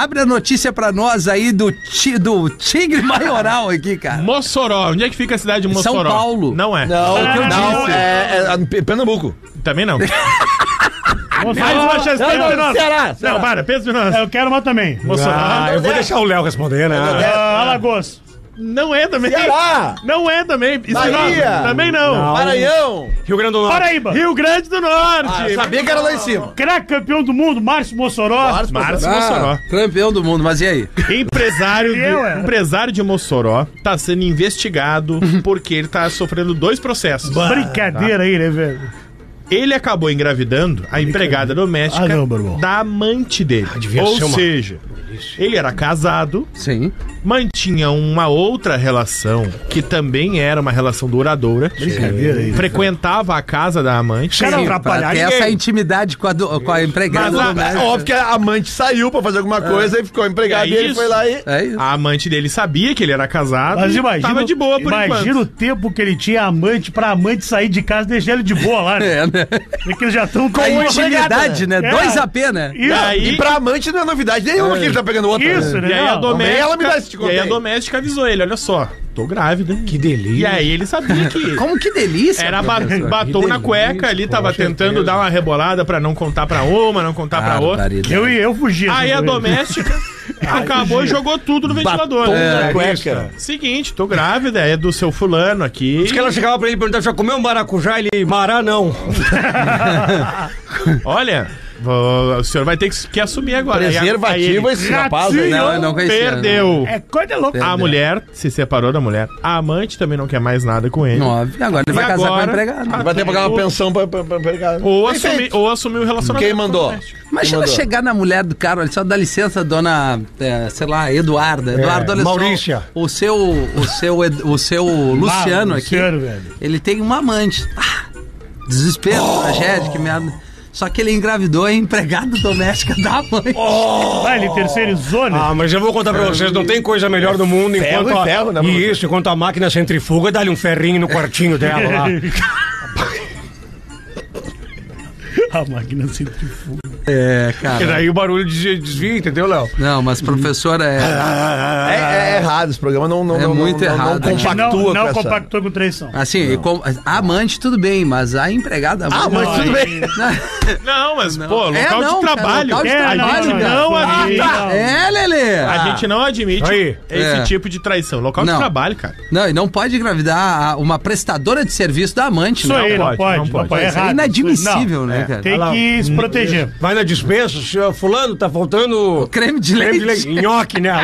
S2: a- Abre a notícia pra nós aí do, ti- do Tigre Maioral aqui, cara.
S5: Mossoró, onde é que fica a cidade de
S2: São
S5: Mossoró?
S2: Paulo.
S5: Não é.
S4: Não,
S3: que eu
S4: não,
S3: disse.
S4: é, é, é Pernambuco.
S5: Também não.
S3: Vou
S5: Mais
S3: falar-
S5: uma chance
S3: Não, não,
S5: pensa em nós.
S4: Ceará,
S5: Não, para, pensa em
S2: É
S5: nós.
S3: Eu quero uma também.
S5: Mossoró.
S6: Ah, eu vou deixar o Léo responder, né?
S3: Ah, Alagoas.
S5: Não é também.
S4: Ceará,
S5: Não é também. Espinosa.
S4: Bahia.
S5: Também não.
S4: Maranhão.
S6: Rio Grande do Norte.
S3: Paraíba.
S5: Rio Grande do Norte.
S4: Ah, sabia que era lá em cima.
S3: Craque campeão do mundo, Márcio Mossoró.
S5: Márcio Mossoró.
S2: Ah, Campeão do mundo, mas e aí?
S5: Empresário,
S3: Eu,
S5: de,
S3: é.
S5: empresário de Mossoró tá sendo investigado
S2: Uhum.
S5: porque ele tá sofrendo dois processos.
S3: Brincadeira aí, né, velho?
S5: Ele acabou engravidando a empregada doméstica
S3: Ah, não, meu irmão. Ah,
S5: da amante dele.
S6: devia
S5: Ou
S6: ser uma-
S5: seja, ele era casado,
S2: Sim.
S5: mantinha uma outra relação que também era uma relação duradoura.
S3: Brincadeira aí. né,
S5: Frequentava a casa da amante.
S6: Quero
S2: Sim,
S6: atrapalhar
S2: pra ter
S6: ninguém.
S2: tá essa intimidade com a, do- com a empregada
S5: Mas a-
S2: do
S4: É
S2: Messi.
S4: óbvio que a amante saiu pra fazer alguma coisa e ficou empregada
S5: É
S4: e ele
S5: isso.
S4: foi lá e.
S2: É isso.
S5: A amante dele sabia que ele era casado
S3: Mas
S5: e
S3: imagina,
S5: tava de boa por
S3: imagina
S5: enquanto.
S3: o tempo que ele tinha amante pra amante sair de casa e deixar ele de boa lá, né?
S2: É, né?
S3: E que eles já estão com
S2: A
S3: uma
S2: intimidade, né?
S3: É.
S2: Dois AP, né?
S3: E
S5: aí-
S4: E pra amante não é novidade nenhuma que ele tá pegando outra.
S3: Isso, né?
S5: E aí, a
S3: Não,
S5: doméstica,
S4: também ela me dá esse tipo te
S5: e aí a
S4: contei.
S5: doméstica avisou ele, olha só, tô grávida.
S6: Que delícia.
S5: E aí ele sabia que
S2: Como que delícia.
S5: era ba
S2: professor.
S5: batom na cueca ali, tava tentando dar uma rebolada pra não contar pra uma, não contar pra outra.
S2: Barbaridade.
S3: Eu e eu fugi.
S5: Aí é a doméstica acabou e jogou tudo no ventilador.
S4: É,
S5: É.
S4: cueca.
S5: Seguinte, tô grávida, é do seu fulano aqui.
S6: Diz que ela chegava pra ele e perguntava, já comeu um maracujá? Ele, mará não.
S5: Olha, vou- o senhor vai ter que, que assumir agora. Aí a- aí ele
S4: Preservativo é esse rapaz. né? aí.
S2: Não, eu não conhecia. né?
S5: Perdeu.
S3: É coisa louca.
S5: A mulher se separou da mulher. A amante também não quer mais nada com ele.
S2: Não, óbvio. Agora ele vai
S5: E
S2: casar com
S5: agora?
S2: a empregada.
S4: Vai ter que pagar uma pensão pra, pra, pra empregada.
S5: Ou
S4: Bem
S5: assumir,
S4: feito.
S5: ou assumir o relacionamento.
S4: Quem mandou?
S2: Imagina
S4: Mandou.
S2: chegar na mulher do cara, olha só, dá licença, dona, é, sei lá, Eduarda. Eduardo, olha
S6: Maurícia.
S2: só. O seu, o seu, Ed- o seu Luciano
S3: Ah,
S2: aqui,
S3: Luciano, velho.
S2: ele tem uma amante. Ah, desespero, tragédia, que merda. Só que ele engravidou a empregada doméstica da amante.
S3: Vai, ele terceirizou, né?
S6: Ah, mas eu vou contar pra vocês, não tem coisa melhor no mundo
S4: Ferro
S6: enquanto
S4: e ferro, né,
S6: a...
S4: Bruno?
S6: E isso, enquanto a máquina centrifuga, dá-lhe um ferrinho no quartinho dela lá.
S3: A máquina centrifuga.
S2: É,
S6: E
S2: cara.
S6: daí o barulho des- desvia, entendeu, Léo?
S2: Não, mas professora, é,
S4: É, é errado esse programa, não, não,
S2: É
S4: não, não-
S2: muito
S4: não-
S2: errado,
S4: Não
S2: né?
S4: compactua
S3: Não,
S4: com
S3: não
S4: essa.
S3: compactou com traição.
S2: assim, com- a amante tudo bem, mas a empregada...
S4: Ah, mas tudo bem.
S5: Não, mas, pô, local
S2: É, não,
S5: de
S2: cara,
S5: trabalho.
S2: local de
S5: É, a
S2: trabalho,
S5: gente
S2: meu.
S5: não
S3: Ah,
S5: admite.
S3: tá.
S2: É, Lelê!
S3: Ah.
S5: A gente não admite
S6: Aí.
S5: esse
S2: É.
S5: tipo de traição. Local
S2: Não.
S5: de trabalho, cara.
S2: Não, e não pode engravidar a- uma prestadora de serviço da amante, né?
S3: Isso
S2: não.
S3: aí, não
S5: pode,
S3: pode.
S5: não
S3: Não
S5: pode.
S3: pode.
S2: Isso
S3: errado.
S2: é inadmissível,
S3: Não, é,
S2: né, cara?
S3: Tem
S6: Vai lá.
S3: que se proteger.
S6: Vai na dispensa, senhor fulano, tá faltando...
S2: Creme de leite.
S6: Creme de leite, nhoque nela.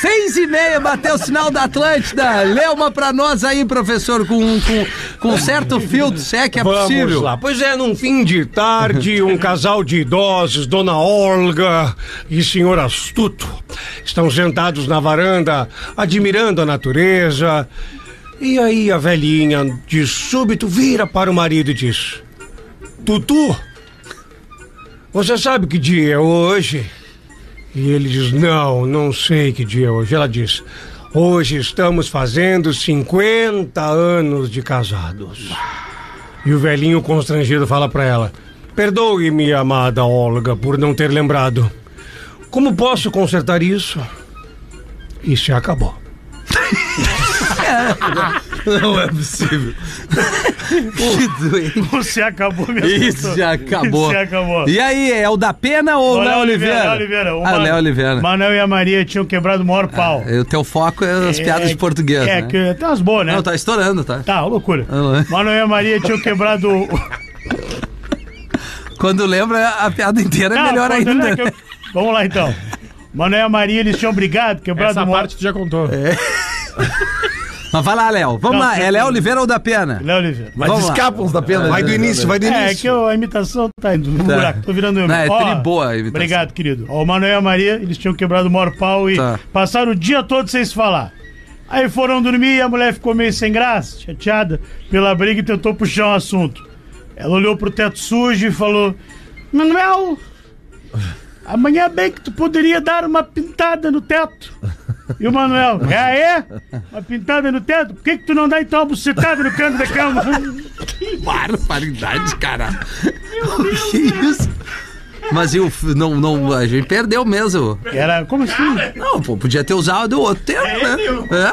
S2: Seis e meia, bateu o sinal da Atlântida. Lê uma pra nós aí, professor, com, com, com certo filtro, se é que é
S6: Vamos
S2: possível.
S6: lá. Pois é, num fim de tarde, um casal de idosos, Dona Olga e Senhor Astuto, estão sentados na varanda, admirando a natureza. E aí a velhinha, de súbito, vira para o marido e diz: Tutu, você sabe que dia é hoje? E ele diz: Não, não sei que dia é hoje. Ela diz: Hoje estamos fazendo 50 anos de casados. E o velhinho constrangido fala pra ela: Perdoe, minha amada Olga, por não ter lembrado. Como posso consertar isso? E se acabou.
S2: Não é possível. que doente.
S3: Você acabou mesmo.
S2: Isso já acabou.
S3: Isso já acabou.
S2: E aí, é o da pena ou o Léo Oliveira?
S3: Léo Oliveira.
S2: Ah, Léo Oliveira.
S3: Manuel e a Maria tinham quebrado o maior pau.
S2: O teu foco é as piadas de português,
S3: É,
S2: né?
S3: que tem umas boas, né?
S2: Não, tá estourando, tá?
S3: Tá, loucura.
S2: Ah,
S3: Manuel e a Maria tinham quebrado o.
S2: Quando lembra, a piada inteira é
S3: Não,
S2: melhor
S3: quando-
S2: ainda.
S3: é que eu- Vamos lá então. Manuel e a Maria, eles tinham brigado, quebrado um
S5: Essa
S3: o maior-
S5: parte tu já contou.
S2: Mas vai lá, Léo. Vamos
S3: Não,
S2: lá. É Léo
S3: tudo bem.
S2: Oliveira ou da Pena?
S3: Léo Oliveira.
S4: Mas
S2: Vamos lá.
S4: escapam da pena.
S6: Vai
S4: né?
S6: do início, vai do início.
S3: É, é que eu- a imitação tá indo no
S2: Tá.
S3: buraco, tô virando eu.
S2: Não, é
S3: Ó,
S2: triboa a imitação.
S3: Obrigado, querido. Ó, o Manuel e a Maria, eles tinham quebrado o maior pau e
S2: Tá.
S3: passaram o dia todo sem se falar. Aí foram dormir e a mulher ficou meio sem graça, chateada pela briga e tentou puxar um assunto. Ela olhou pro teto sujo e falou: Manuel, amanhã bem que tu poderia dar uma pintada no teto. E o Manuel, ah, é? Uma pintada no teto? Por que, que tu não dá então uma bucetada no canto da cama?
S2: Barbaridade, cara. que isso? Mas e o. f- Não, não, a gente perdeu mesmo.
S3: Era como assim?
S2: Não, pô, podia ter usado outro termo, né?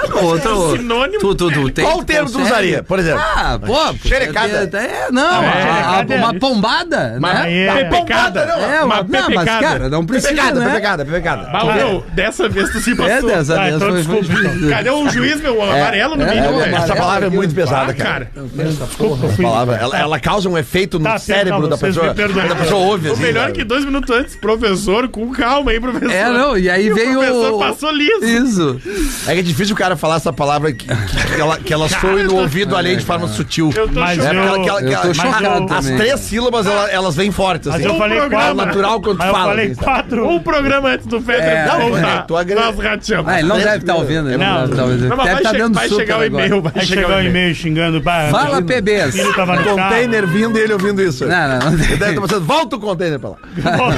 S2: É, no outro.
S5: um sinônimo.
S2: Tu, tu, tu, tem,
S4: Qual termo tu
S2: consegue?
S4: usaria, por exemplo?
S2: Ah, pô.
S4: Xerecada.
S2: podia ter- É, não. a- a-
S3: xerecada é-
S2: uma pombada,
S3: Aí
S2: né?
S3: é.
S4: Pecada, não.
S2: É, uma,
S5: uma
S2: não, mas,
S5: pepecada.
S2: cara, não precisa,
S4: Pecada,
S2: né?
S4: pecada, pecada.
S5: Ah, meu, dessa vez tu se
S2: É,
S5: passou.
S2: dessa
S3: Ah,
S2: vez
S3: então
S2: foi- foi-
S3: desculpa, então.
S5: Cadê o juiz, meu? Amarelo no
S2: é,
S5: mínimo,
S2: é,
S5: velho.
S4: Essa palavra é muito pesada,
S5: Ah,
S4: cara.
S5: cara.
S3: Desculpa, eu fui-
S4: palavra, ela, ela causa um efeito no
S3: Tá,
S4: cérebro
S3: perdão,
S4: da
S3: vocês
S4: pessoa.
S3: me perdoem.
S4: Quando a pessoa ouve
S5: O
S4: assim.
S5: melhor
S4: sabe?
S5: que dois minutos antes, professor, com calma aí, professor.
S2: É, não, e aí veio.
S5: o professor passou liso.
S2: Isso.
S4: É que é difícil o cara falar essa palavra que, que- que ela, que ela soe no ouvido além de forma sutil.
S5: Eu tô
S3: Mas
S4: É
S5: chorando.
S4: porque ela, que ela-
S2: Eu
S4: que
S2: tô
S4: ela-
S2: chocado
S4: As
S2: também,
S4: três sílabas ela- elas vêm fortes.
S3: Mas
S4: Assim.
S3: eu
S5: um
S3: falei
S5: programa
S3: quatro.
S4: natural quando tu
S3: mas eu
S4: fala,
S3: falei
S4: assim,
S3: quatro.
S5: Um programa antes do Fetter
S2: É,
S5: não,
S4: é,
S5: tá.
S4: tu agrega-
S5: Nós rateamos.
S2: Ah, ele não
S4: Três
S2: deve estar
S4: mil.
S2: ouvindo. Ele não,
S3: Não.
S2: deve estar ouvindo.
S5: Não, mas
S2: deve
S5: vai
S2: estar
S5: che-
S2: dando
S5: vai
S2: super
S5: chegar o
S2: agora.
S5: e-mail, vai,
S3: Aí
S5: chegar o e-mail.
S3: xingando. Bah,
S2: Fala,
S3: o
S2: PBs.
S3: filho tava no
S4: Container vindo e ele ouvindo isso.
S2: Não, não, não.
S4: Ele deve estar pensando, volta o container pra lá.
S3: carro.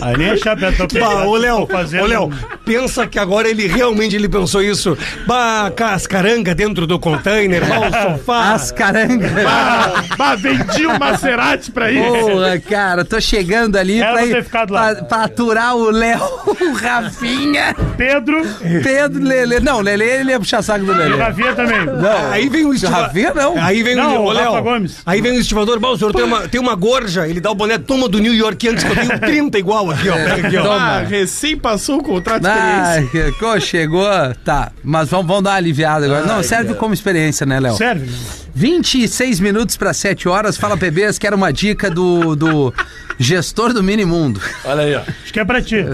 S3: Aí nem a chapa é
S6: Bah, ô Léo,
S3: fazendo
S6: ô Léo, pensa que agora ele realmente ele pensou isso. Bah, cascaranga dentro do container, bah, o sofá.
S2: As carangas.
S5: Ah, bah, vendi um Maserati pra isso.
S2: Porra, cara, tô chegando ali
S3: Era
S2: pra,
S3: pra
S2: ir-
S3: ter ficado lá.
S2: pra- pra aturar o Léo, o Rafinha,
S3: Pedro
S2: Pedro, Lelê. Não, Lelê, ele ia puxar saco do
S3: e
S2: Lelê.
S3: Javier também.
S2: Não,
S6: Aí vem o estiva-
S2: Rafinha não.
S6: Aí vem
S3: Não,
S6: o, ô,
S3: o
S6: Léo.
S3: Rafa Gomes.
S6: Aí vem o estivador, bah, o senhor tem uma, tem uma gorja, ele dá o boné, toma do New York antes que eu tenho 30 igual aqui, ó. Pega aqui, ó.
S5: Ah, recém passou o contrato de
S2: Ah,
S5: experiência.
S2: que- co- chegou, tá. Mas vamos, vamos dar uma aliviada agora. Não, serve como experiência, né, Léo?
S3: Serve.
S2: 26 minutos para 7 horas. Fala, bebês, quero uma dica do, do gestor do Minimundo.
S4: Olha aí, ó.
S3: Acho que é pra ti.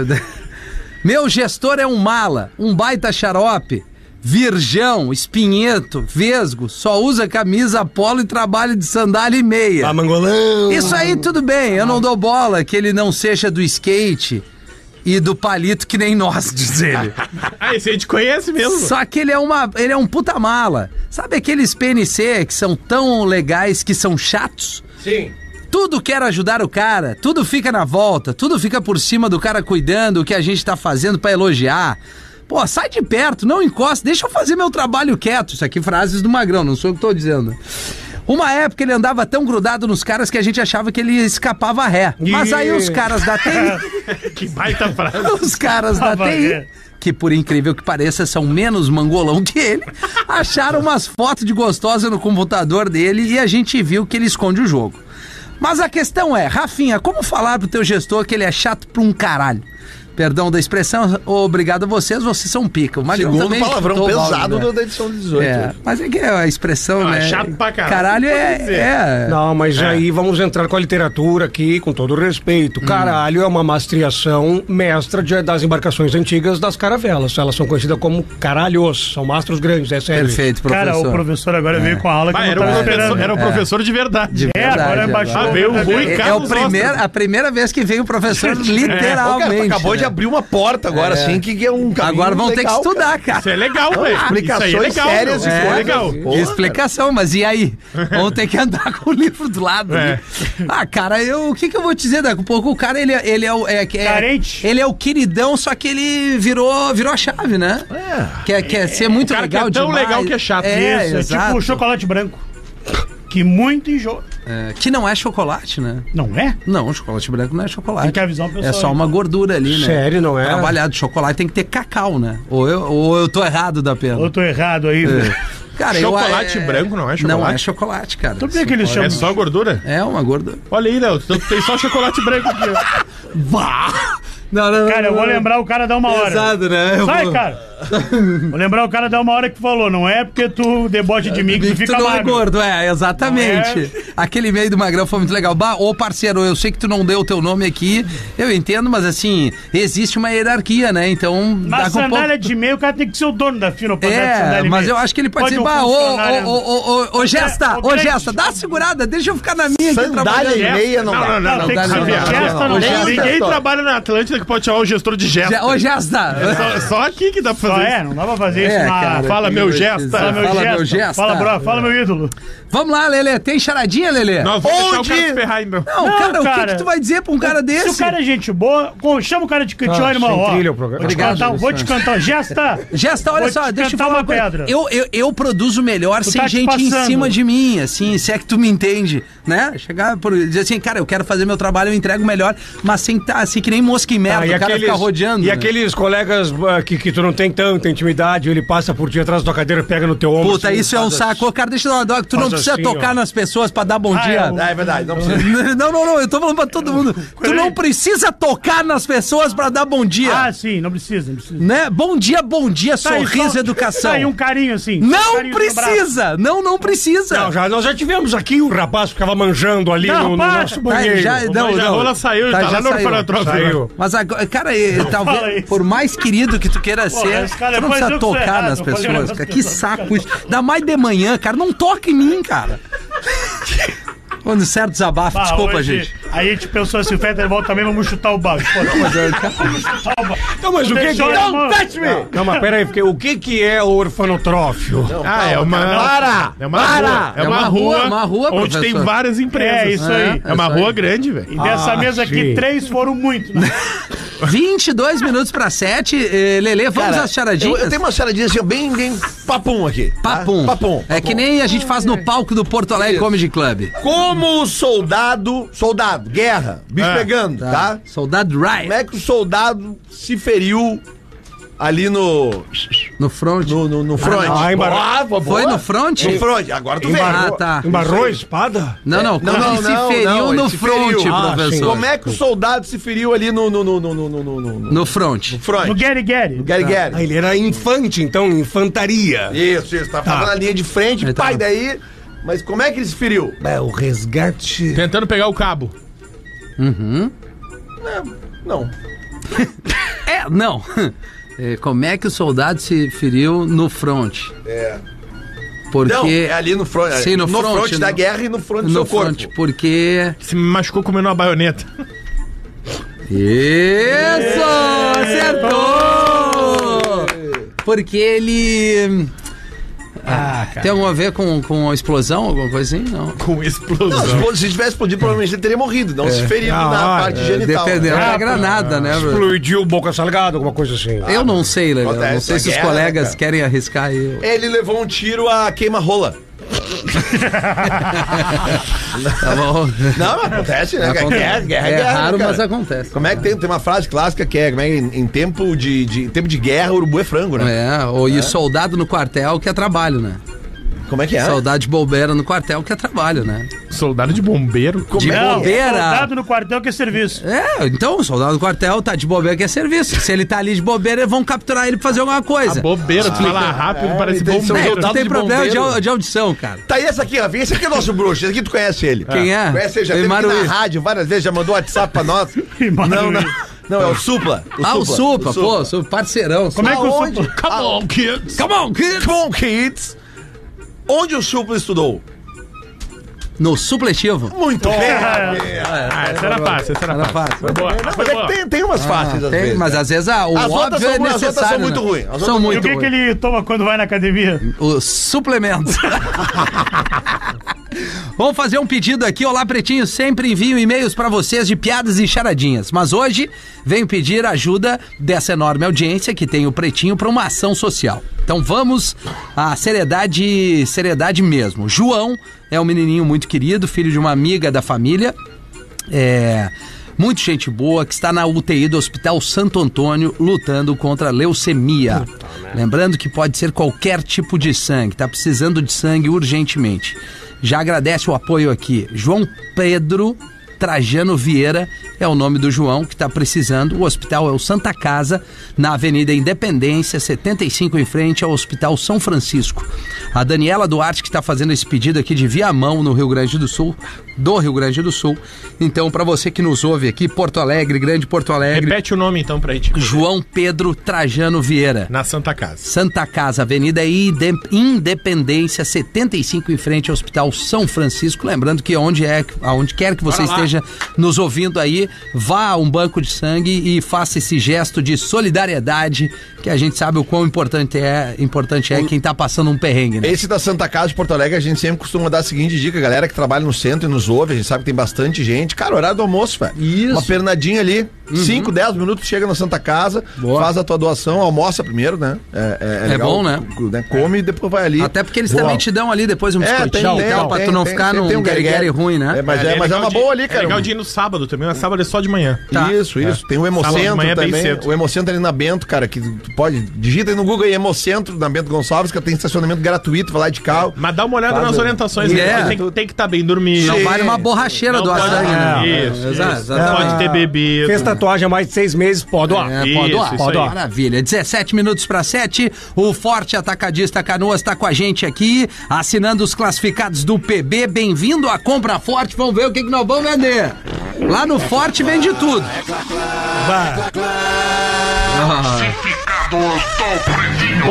S2: Meu gestor é um mala, um baita xarope, virgão, espinheto, vesgo, só usa camisa polo e trabalha de sandália e meia.
S4: Tá
S6: Ah, mangolão.
S2: Isso aí tudo bem, eu não dou bola que ele não seja do skate e do palito que nem nós, diz ele.
S5: Ah, esse a gente conhece mesmo.
S2: Só que ele é uma, ele é um puta mala. Sabe aqueles PNC que são tão legais que são chatos?
S4: Sim.
S2: Tudo quer ajudar o cara, tudo fica na volta, tudo fica por cima do cara cuidando o que a gente tá fazendo pra elogiar. Pô, sai de perto, não encosta, deixa eu fazer meu trabalho quieto. Isso aqui frases do Magrão, não sou eu que tô dizendo. Uma época ele andava tão grudado nos caras que a gente achava que ele escapava ré. Mas aí os caras da TI,
S5: Que baita frase.
S2: os caras da
S5: Ah,
S3: Escapava
S2: TI,
S5: é.
S3: ré.
S2: que por incrível que pareça são menos mangolão que ele, acharam umas fotos de gostosa no computador dele e a gente viu que ele esconde o jogo. Mas a questão é, Rafinha, como falar pro teu gestor que ele é chato pra um caralho? Perdão da expressão, obrigado a vocês, vocês são pica. Mas eu
S4: Segundo
S2: também
S4: palavrão
S2: tô mal,
S4: pesado
S2: né?
S4: da edição 18.
S2: É, mas é que é a expressão,
S5: Ah,
S2: né?
S5: chato pra
S2: Caralho
S5: caralho, pode dizer.
S2: é... Hum. é...
S6: Não, mas aí vamos entrar com a literatura aqui, com todo respeito. Caralho é uma mastriação mestra de- das embarcações antigas das caravelas. Elas são conhecidas como caralhos, são mastros grandes, é sério.
S2: Perfeito, professor.
S3: Cara, o professor agora veio com a aula Tá que
S5: Ah,
S3: eu
S5: era
S3: não
S5: um
S3: tava
S5: professor,
S3: esperando.
S5: era um professor de verdade.
S3: É, agora
S2: Verdade,
S3: baixou.
S5: agora. Ah, veio o Rui
S2: É, é o
S5: Carlos
S2: primeiro, a primeira vez que veio o professor,
S4: Ô, cara, tu
S2: literalmente.
S4: acabou de
S2: né?
S4: abrir uma porta agora, assim, que é um caminho
S2: Agora vão ter que
S4: legal, cara.
S2: estudar, cara.
S5: Isso é legal, velho.
S4: explicações
S5: Isso aí é legal,
S4: sérias
S5: meu.
S4: e
S5: Isso é
S4: coisas.
S5: legal.
S4: Porra,
S2: Explicação, mas e aí? Vão ter que andar com o livro do lado. né? Ah, cara, eu, o que, que eu vou te dizer daqui a pouco? O cara, ele, é- ele é o. É, é,
S3: Carente.
S2: Ele é o queridão, só que ele virou, virou a chave, né? É. Quer, quer ser muito
S5: cara que é
S2: legal
S5: tão
S2: demais.
S5: legal que é chato.
S2: É,
S3: Isso, é tipo
S2: exato.
S3: o chocolate branco. Que muito enjoa.
S2: É, que não é chocolate, né?
S3: Não é?
S2: Não, chocolate branco não é chocolate.
S3: Tem que avisar o pessoal
S2: É só
S3: aí.
S2: uma gordura ali, né?
S6: Sério, não é?
S2: Trabalhado. Chocolate tem que ter cacau, né? Ou eu, ou eu tô errado da pena.
S3: Ou eu tô errado aí? velho?
S2: Cara,
S5: Chocolate branco não é
S2: Não
S5: chocolate?
S2: é chocolate, cara.
S3: Então por que que eles chamam?
S5: É só gordura?
S2: É uma gordura.
S5: Olha aí, Léo. tu- tu Tem só chocolate branco aqui. ó.
S2: Vá! Não, não, não.
S3: Cara, eu vou lembrar o cara da uma hora.
S2: Pesado, né? Eu
S3: Sai,
S2: vou-
S3: cara. vou lembrar o cara da uma hora que falou. Não é porque tu deboche de mim que tu
S2: Tu
S3: fica
S2: não é
S3: magro.
S2: gordo, é, exatamente. Aquele e-mail do Magrão foi muito legal. Bah, ô parceiro, eu sei que tu não deu o teu nome aqui, eu entendo, mas assim, existe uma hierarquia, né? Então,
S3: Mas
S2: com pouco-
S3: sandália de meio, o cara tem que ser o dono da fila pra andar de sandália
S2: É,
S3: de
S2: mas
S3: meia.
S2: eu acho que ele pode,
S3: um
S2: dizer, bah, ô,
S3: funcionário- é-
S2: ô, ô, ô, ô, ô, gesta,
S3: Ô,
S2: ô,
S3: grande.
S2: gesta, dá uma segurada, deixa eu ficar na minha aqui
S4: Sandália
S2: trabalhando.
S4: e meia não, dá.
S3: Não, tem que
S2: não,
S3: ser
S2: não, não,
S3: gesta,
S2: não,
S3: não.
S2: não.
S3: tem-
S4: Gesta.
S5: Ninguém trabalha na Atlântida que pode chamar o gestor de
S2: Ge-
S5: gesta. É
S2: Ô, gesta.
S5: Só, só aqui que dá pra
S3: Só
S5: fazer
S3: é,
S5: isso.
S3: não dá pra fazer
S2: É,
S3: isso na...
S2: cara,
S5: Fala,
S2: que
S5: meu
S2: coisa.
S5: gesta.
S3: Fala, meu
S2: Fala,
S3: gesta.
S2: meu gesta.
S3: Fala, bro. Fala, meu ídolo.
S2: Vamos lá, Lelê, tem charadinha, Lelê? Não,
S5: Não, vou deixar o
S4: Onde?
S5: Carlos Ferrari, meu.
S2: cara, o que
S3: cara.
S2: que, tu vai dizer pra um cara
S3: Se
S2: desse?
S3: o cara é gente boa, com- chama o cara de cantinho,
S6: Ah,
S3: irmão.
S6: sem
S3: ó.
S6: trilha o programa.
S3: Vou te
S2: Obrigado,
S3: cantar, um- vou te cantar. Gesta!
S2: Gesta, olha
S3: Vou
S2: só,
S3: te
S2: deixa eu
S3: cantar
S2: falar uma
S3: uma
S2: coisa.
S3: pedra.
S2: Eu, eu, eu produzo melhor sem
S3: tá te
S2: gente em
S3: passando.
S2: cima de mim, assim, se é que tu me entende, né? Chegar por dizer assim, cara, eu quero fazer meu trabalho, eu entrego melhor, mas sem tá assim que nem mosca em merda,
S6: Ah,
S2: o
S6: e
S2: cara
S6: aqueles,
S2: fica rodeando.
S6: e
S2: né?
S6: aqueles colegas ah, que, que tu não tem tanta intimidade, ele passa por ti atrás da tua cadeira, pega no teu ombro.
S2: Puta,
S6: assim,
S2: isso é um
S6: faz
S2: saco. Ô, cara, deixa eu dar uma dó, que tu não
S6: Faz
S2: precisa
S6: assim,
S2: tocar
S6: ó.
S2: nas pessoas pra dar bom
S3: Ah,
S2: dia.
S3: é um-
S4: Ah, é verdade, não precisa.
S2: Não, não, não, eu tô falando pra todo mundo. Tu não precisa tocar nas pessoas pra dar bom dia.
S3: Ah, sim, não precisa, não precisa.
S2: né? Bom dia, bom dia,
S3: Tá, e
S2: sorriso,
S3: só-
S2: educação.
S3: Tá, e um carinho assim. um
S2: Não
S3: carinho no braço.
S2: precisa! Não, não precisa!
S6: assim. Não, já, nós já tivemos aqui o rapaz que ficava manjando ali
S3: Não,
S6: no, no
S3: para.
S6: nosso
S2: Tá,
S6: banheiro.
S2: já- não,
S5: Mas a
S2: não.
S5: rola saiu,
S2: Tá,
S5: tá, tá
S2: já
S5: lá no
S2: saiu.
S5: orfanotrópio.
S6: Saiu.
S2: Mas agora, cara, eh,
S3: fala
S2: talvez
S3: isso.
S2: por mais querido que tu queira ser,
S3: esse cara
S2: tu não
S3: faz
S2: precisa
S3: eu que sou
S2: tocar
S3: errado,
S2: nas
S3: eu falei um
S2: pessoas,
S3: negócio
S2: cara. Que
S3: desse
S2: saco isso. Ainda mais de manhã, cara. Não toca em mim, cara. Quando certo desabafo,
S3: Bah,
S2: desculpa,
S3: hoje,
S2: gente.
S3: A gente pensou assim, o Fetter volta também, vamos chutar o balde. Pô, vamos chutar o balde.
S6: Não, mas o que que
S3: Deixou
S6: é?
S3: a mão.
S6: Não, Não, mas peraí, porque o que que é o orfanotrófio?
S5: Ah, é uma.
S4: Para!
S5: É uma
S4: Para!
S5: rua. É uma rua,
S2: uma rua,
S5: onde
S2: professor.
S5: tem várias empresas.
S3: É, isso aí. Ah.
S5: É uma
S2: isso aí.
S5: rua grande, velho.
S3: E dessa
S2: Ah,
S3: mesa aqui,
S6: sim.
S3: três foram muito. né?
S2: 22 minutos pra 7. Eh, Lele, vamos
S4: Cara,
S2: às charadinhas?
S4: Eu, eu tenho uma charadinha assim, ó, bem, bem papum aqui. tá?
S2: Papum.
S4: Papum.
S2: É que nem a gente faz no palco do Porto Alegre
S4: Isso.
S2: Comedy Club.
S4: Como o soldado, soldado, guerra, bicho
S5: É,
S4: pegando, tá.
S2: Soldado
S4: Como
S2: Ryan
S4: é que o soldado se feriu ali no
S2: no front.
S4: no, no, no front?
S6: Ah, em Bar-
S4: boa,
S2: Foi no front?
S4: No front, agora tu vê.
S2: Ah, tá.
S6: Embarrou a espada?
S2: Não, não,
S4: É, Não,
S2: quando
S4: não,
S2: ele se
S4: não,
S2: feriu
S4: não, ele
S2: no
S4: se
S2: front,
S4: feriu.
S6: Ah, sim.
S2: professor.
S4: Como é que o soldado se feriu ali no no no no no no, no, no-
S2: No Tá. front.
S4: front?
S3: No Gary Gary.
S4: Gary Gary.
S6: Ah, ele era infante, então, infantaria.
S4: Isso, isso, tava, tava na linha de frente,
S2: Tá. Ele tá
S4: pai
S2: tava.
S4: daí. Mas como é que ele se feriu?
S6: É, o resgate.
S5: Tentando pegar o cabo.
S4: Não.
S2: É, não. É, como é que o soldado se feriu no front?
S4: É.
S2: Porque.
S4: Não, é ali no front.
S2: Sim, no front,
S4: da
S2: no-
S4: guerra e no front do
S2: no
S4: seu
S2: front,
S4: corpo.
S2: porque.
S5: Se me machucou comendo uma baioneta.
S2: Isso! Acertou! Porque ele. Ah, Tem alguma a ver com, com a explosão, alguma coisa assim? Não.
S5: Com
S4: Não, se
S5: explosão.
S4: fosse- se tivesse explodido, provavelmente ele teria morrido, não se ferido
S6: Ah,
S4: na
S6: ah,
S4: parte
S6: é,
S4: genital.
S2: Dependendo
S4: né?
S2: da granada, né? bro?
S6: Explodiu boca salgada, alguma coisa assim.
S2: Eu não sei, Lelê. eu Não
S4: Acontece,
S2: sei
S4: é
S2: se os
S4: guerra,
S2: colegas
S4: cara.
S2: querem arriscar aí.
S4: Ele levou um tiro a queima-rola.
S2: Tá bom.
S4: Não, mas acontece, né?
S2: Acontece.
S4: Guerra, guerra,
S2: é
S4: guerra.
S2: raro,
S4: né, cara?
S2: mas acontece.
S4: Como é que tem, tem uma frase clássica que é, como é que em, em tempo de, de- em tempo de guerra, urubu é frango, né?
S2: É, ou e soldado no quartel que é trabalho, né?
S4: Como é que é?
S2: Soldado de bombeira no quartel que é trabalho, né?
S5: Soldado de bombeiro.
S2: De
S3: Não,
S2: bobeira.
S3: soldado no quartel que é serviço.
S2: É, então o soldado do quartel tá de bobeira que é serviço. Se ele tá ali de bobeira, vão capturar ele pra fazer alguma coisa.
S5: Bobeira, tu fala rápido, parece
S4: tem que ser um
S2: É,
S5: bombeiro.
S2: tu
S4: soldado
S2: tem
S4: de
S2: problema de,
S4: bombeiro.
S2: au- de audição, cara.
S4: Tá aí essa aqui, Rafinha. Esse aqui é nosso bruxo. Esse aqui tu conhece ele.
S2: Quem é?
S4: Conhece ele, já
S2: Eu
S4: teve aqui
S2: Maruí.
S4: na rádio várias vezes, já mandou WhatsApp pra nós.
S3: Maruí.
S4: não, não. Não, é o Supla.
S2: ah, o Supla, pô, sou parceirão.
S3: Como é que o
S4: Aonde?
S3: supla...
S5: Come on, kids.
S2: Come on, kid!
S4: Com Kids. Onde o Supla estudou?
S2: No supletivo.
S4: Muito bem. é,
S5: Ah, essa era fácil, essa era
S2: Era fácil.
S5: fácil. Foi boa. foi
S4: Mas é
S5: boa.
S4: que tem, tem umas fáceis às
S2: Ah, Tem,
S4: vezes.
S2: mas
S4: né?
S2: às vezes ah, o
S4: As outras
S2: óbvio é
S4: são- as outras
S2: necessário.
S4: são muito
S2: né?
S4: ruins, as outras
S2: São
S4: são-
S3: E o
S2: muito
S3: que, que
S2: ruins.
S3: ele toma quando vai na academia?
S2: Os suplementos. Vamos fazer um pedido aqui. Olá, Pretinho. Sempre envio e-mails pra vocês de piadas e charadinhas. Mas hoje venho pedir a ajuda dessa enorme audiência que tem o Pretinho pra uma ação social. Então vamos à seriedade, seriedade mesmo. João é um menininho muito querido, filho de uma amiga da família. É. Muito gente boa que está na UTI do Hospital Santo Antônio lutando contra a leucemia. Lembrando que pode ser qualquer tipo de sangue, está precisando de sangue urgentemente. Já agradece o apoio aqui. João Pedro Trajano Vieira é o nome do João que está precisando. O hospital é o Santa Casa, na Avenida Independência, 75, em frente ao Hospital São Francisco. A Daniela Duarte, que está fazendo esse pedido aqui de Viamão, no Rio Grande do Sul, do Rio Grande do Sul. Então, para você que nos ouve aqui, Porto Alegre, Grande Porto Alegre,
S5: Repete o nome então pra gente.
S2: João Pedro Trajano Vieira.
S5: Na Santa Casa.
S2: Santa Casa, Avenida Ide- Independência, 75, em frente ao Hospital São Francisco. Lembrando que onde é, aonde quer que você
S5: Bora lá.
S2: esteja nos ouvindo aí, vá a um banco de sangue e faça esse gesto de solidariedade, que a gente sabe o quão importante é, importante é quem tá passando um perrengue, né?
S4: Esse da Santa Casa de Porto Alegre, a gente sempre costuma dar a seguinte dica, galera que trabalha no centro e nos ouve, a gente sabe que tem bastante gente. Cara, horário do almoço, velho.
S2: Isso. Uhum.
S4: Uma pernadinha ali, 5, 10 minutos, chega na Santa Casa,
S2: Boa.
S4: faz a tua doação, almoça primeiro, né? É,
S2: É bom, né?
S4: cu- Come e depois vai ali.
S2: Até porque eles
S4: Boa.
S2: também te dão ali depois um biscoitinho e tal, pra tu não ficar num guerreiro ruim, né?
S4: um É, mas
S5: ali
S4: é, mas é
S5: legal
S4: uma
S5: de-
S4: boa ali,
S5: É
S4: cara.
S5: legal de ir no sábado também, mas sábado é só de manhã.
S2: Tá.
S4: Isso, isso. Tem o
S5: Sábado de manhã
S4: Hemocentro
S5: é bem
S4: também.
S5: cedo.
S4: O Hemocentro ali na Bento, cara, que tu pode. Digita aí no Google aí, Hemocentro, na Bento Gonçalves, que tem estacionamento gratuito, vai lá de carro.
S5: Mas dá uma olhada
S4: Faz
S5: nas
S4: o-
S5: orientações,
S2: É.
S5: né? Você Tem, tem que estar bem dormido.
S2: Não
S4: Sim.
S2: vale uma borracheira
S5: Não
S2: do
S5: pode-
S2: açaí, né?
S5: Isso,
S2: Exato,
S5: isso. Não
S2: exatamente.
S5: pode ter bebido.
S6: Fez tatuagem há mais de seis meses, pode doar.
S2: É,
S5: Isso,
S2: pode doar,
S5: isso
S2: pode
S5: aí.
S2: doar. Maravilha. 17 minutos para 7. O Forte Atacadista Canoas está com a gente aqui, assinando os classificados do PB. Bem-vindo à Compra Forte. Vamos ver o que, que nós vamos vender. Lá no Forte vende tudo. Ah,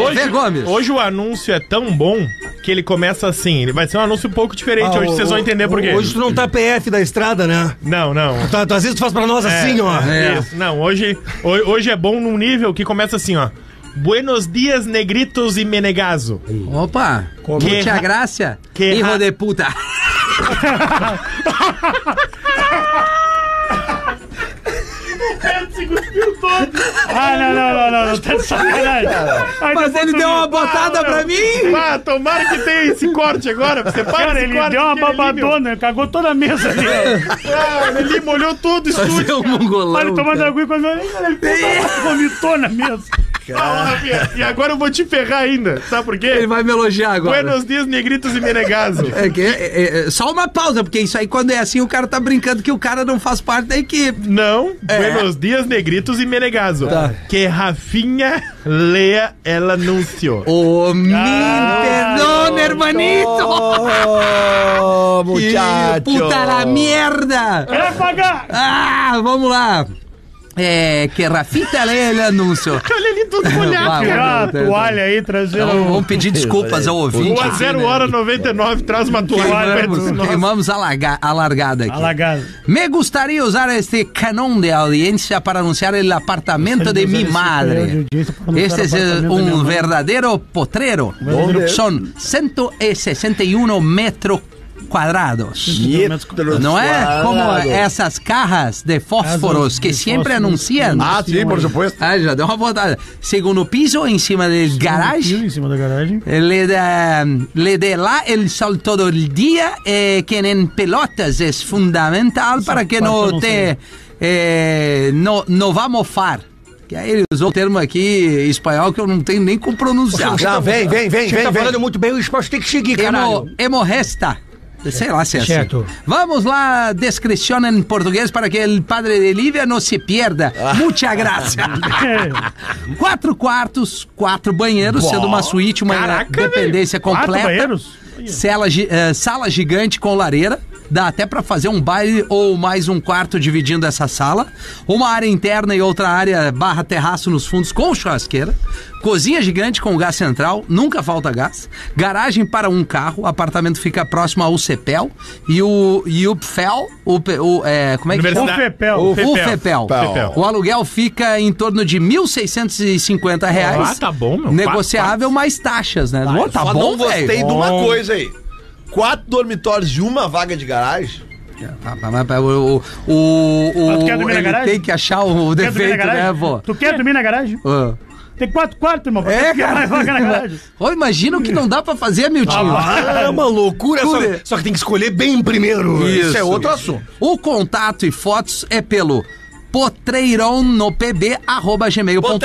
S5: Hoje,
S2: Vê, Gomes.
S5: hoje o anúncio é tão bom que ele começa assim. Ele vai ser um anúncio um pouco
S6: Ah,
S5: diferente. hoje vocês vão entender por quê.
S6: Hoje tu não tá PF da estrada, né?
S5: Não, não.
S6: Tu, tu, às vezes tu faz pra nós assim, ó.
S2: É.
S5: Isso. Não, hoje, ho- hoje é bom num nível que começa assim, ó. Buenos dias, negritos e menegazo.
S2: Hum. Opa, que
S5: Que
S2: a
S5: ra-
S2: graça.
S5: que
S2: Hijo
S5: ra-
S2: de puta.
S3: Ah, não, não, não, não, não, tá de sacanagem. Ai,
S2: Mas
S3: depois
S2: ele
S3: tu
S2: deu
S3: me-
S2: uma
S3: Ah,
S2: botada
S3: não.
S2: pra mim.
S5: Ah, tomara que tenha esse corte agora. Você para
S3: Cara,
S5: esse
S3: ele
S5: corte
S3: deu uma
S2: é
S5: que ele limpa.
S3: babadona, cagou toda a mesa ali. ó.
S5: Ah, ele molhou tudo,
S2: Fazer um
S3: Olha, ele
S2: mongolão.
S3: tomando
S2: cara.
S3: água e quando ele vomitou na mesa.
S5: E agora eu vou te ferrar ainda. Sabe por
S2: Ele
S5: quê?
S2: vai me elogiar agora.
S5: Buenos dias, negritos e menegazo.
S2: É que- é- é- é- só uma pausa, porque isso aí, quando é assim, o cara tá brincando que o cara não faz parte da equipe.
S5: Não,
S2: É. Tá.
S5: Buenos dias, negritos e menegazo. Que Rafinha leia ela anúncio.
S2: Ô, me perdona, hermanito!
S4: Ô,
S2: Que
S4: muchacho.
S2: Puta la merda!
S3: Vai pagar!
S2: Ah, vamos lá! É, que Rafita leia ele anúncio.
S5: Olha ele todo
S2: Ah,
S5: molhado.
S3: Tirar a
S2: tá, tá.
S3: toalha aí, trazer
S2: Então,
S3: um.
S2: vamos pedir desculpas ao ouvinte.
S5: Ou a 0 hora 99 traz uma toalha pra
S2: Queimamos,
S5: entre nós.
S2: queimamos a, larga- a largada aqui.
S3: Alagado.
S2: Me gustaría usar este canón de audiencia para anunciar el apartamento de mi madre. Este es eh, un verdadero potrero.
S4: ¿Dónde?
S2: Son 161 metros cuadrados.
S4: Litros
S2: No es como
S4: quadrados.
S2: esas cajas de fósforos que
S3: de
S2: siempre
S3: fósforos.
S2: anuncian.
S4: Ah, sim, por supuesto.
S2: Ah, já deu uma botada. Segundo piso, encima del garage.
S3: Em cima da garagem.
S2: Le da, le de lá el sol todo el día, eh, que en pelotas es fundamental para que
S3: parte eu
S2: no
S3: não
S2: te eh, no, no vá mofar. Que aí ele usou o termo aqui em espanhol que eu não tenho nem como pronunciar.
S4: Já, vem, vem, vem,
S6: Você
S4: vem.
S6: tá
S4: vem.
S6: falando muito bem, o esporte tem que seguir,
S2: Emo,
S6: caralho.
S2: hemorresta. Sei lá se é
S6: Certo.
S2: assim. Vamos lá, descrição em português para que el padre de Lívia não se pierda.
S4: Ah.
S2: Muita graça. quatro quartos, quatro banheiros, sendo uma suíte, uma
S5: Caraca,
S2: dependência completa.
S3: Quatro banheiros?
S2: Cela gi- eh, sala gigante com lareira. Dá até pra fazer um baile ou mais um quarto dividindo essa sala. Uma área interna e outra área barra terraço nos fundos com churrasqueira. Cozinha gigante com gás central, nunca falta gás. Garagem para um carro, o apartamento fica próximo ao CEPEL e o e o PFEL, o, P- o, eh, como é que
S3: O
S5: Universidade-
S2: chama?
S3: Fepel.
S2: O
S5: Fepel.
S2: FEPEL.
S5: Fepel.
S2: O aluguel fica em torno de R$ 1.650. reais.
S5: Ah, tá bom, meu.
S2: Negociável mais taxas, né? Ô, tá
S4: Só
S2: bom,
S4: não gostei
S2: velho.
S4: de uma coisa aí. Quatro dormitórios e uma vaga de garagem.
S2: Tá, tá, mas, mas, O, o, o,
S3: Ah, tu quer dormir na
S2: ele
S3: garagem?
S2: tem que achar o
S3: Quer dormir na
S2: defeito, né,
S3: garagem?
S2: vô?
S3: Tu quer dormir na garagem?
S2: Ah.
S3: Tem quatro quartos, irmão.
S2: É,
S3: Tem que
S2: cara.
S3: vaga na garagem. Tá
S2: Ô, imagina o que não dá pra fazer, Miltinho.
S6: Ah, é uma loucura, só,
S2: Tudo é-
S6: só que tem que escolher bem primeiro.
S4: Isso, é outro assunto.
S2: O contato e fotos é pelo potreironopb.gmail.com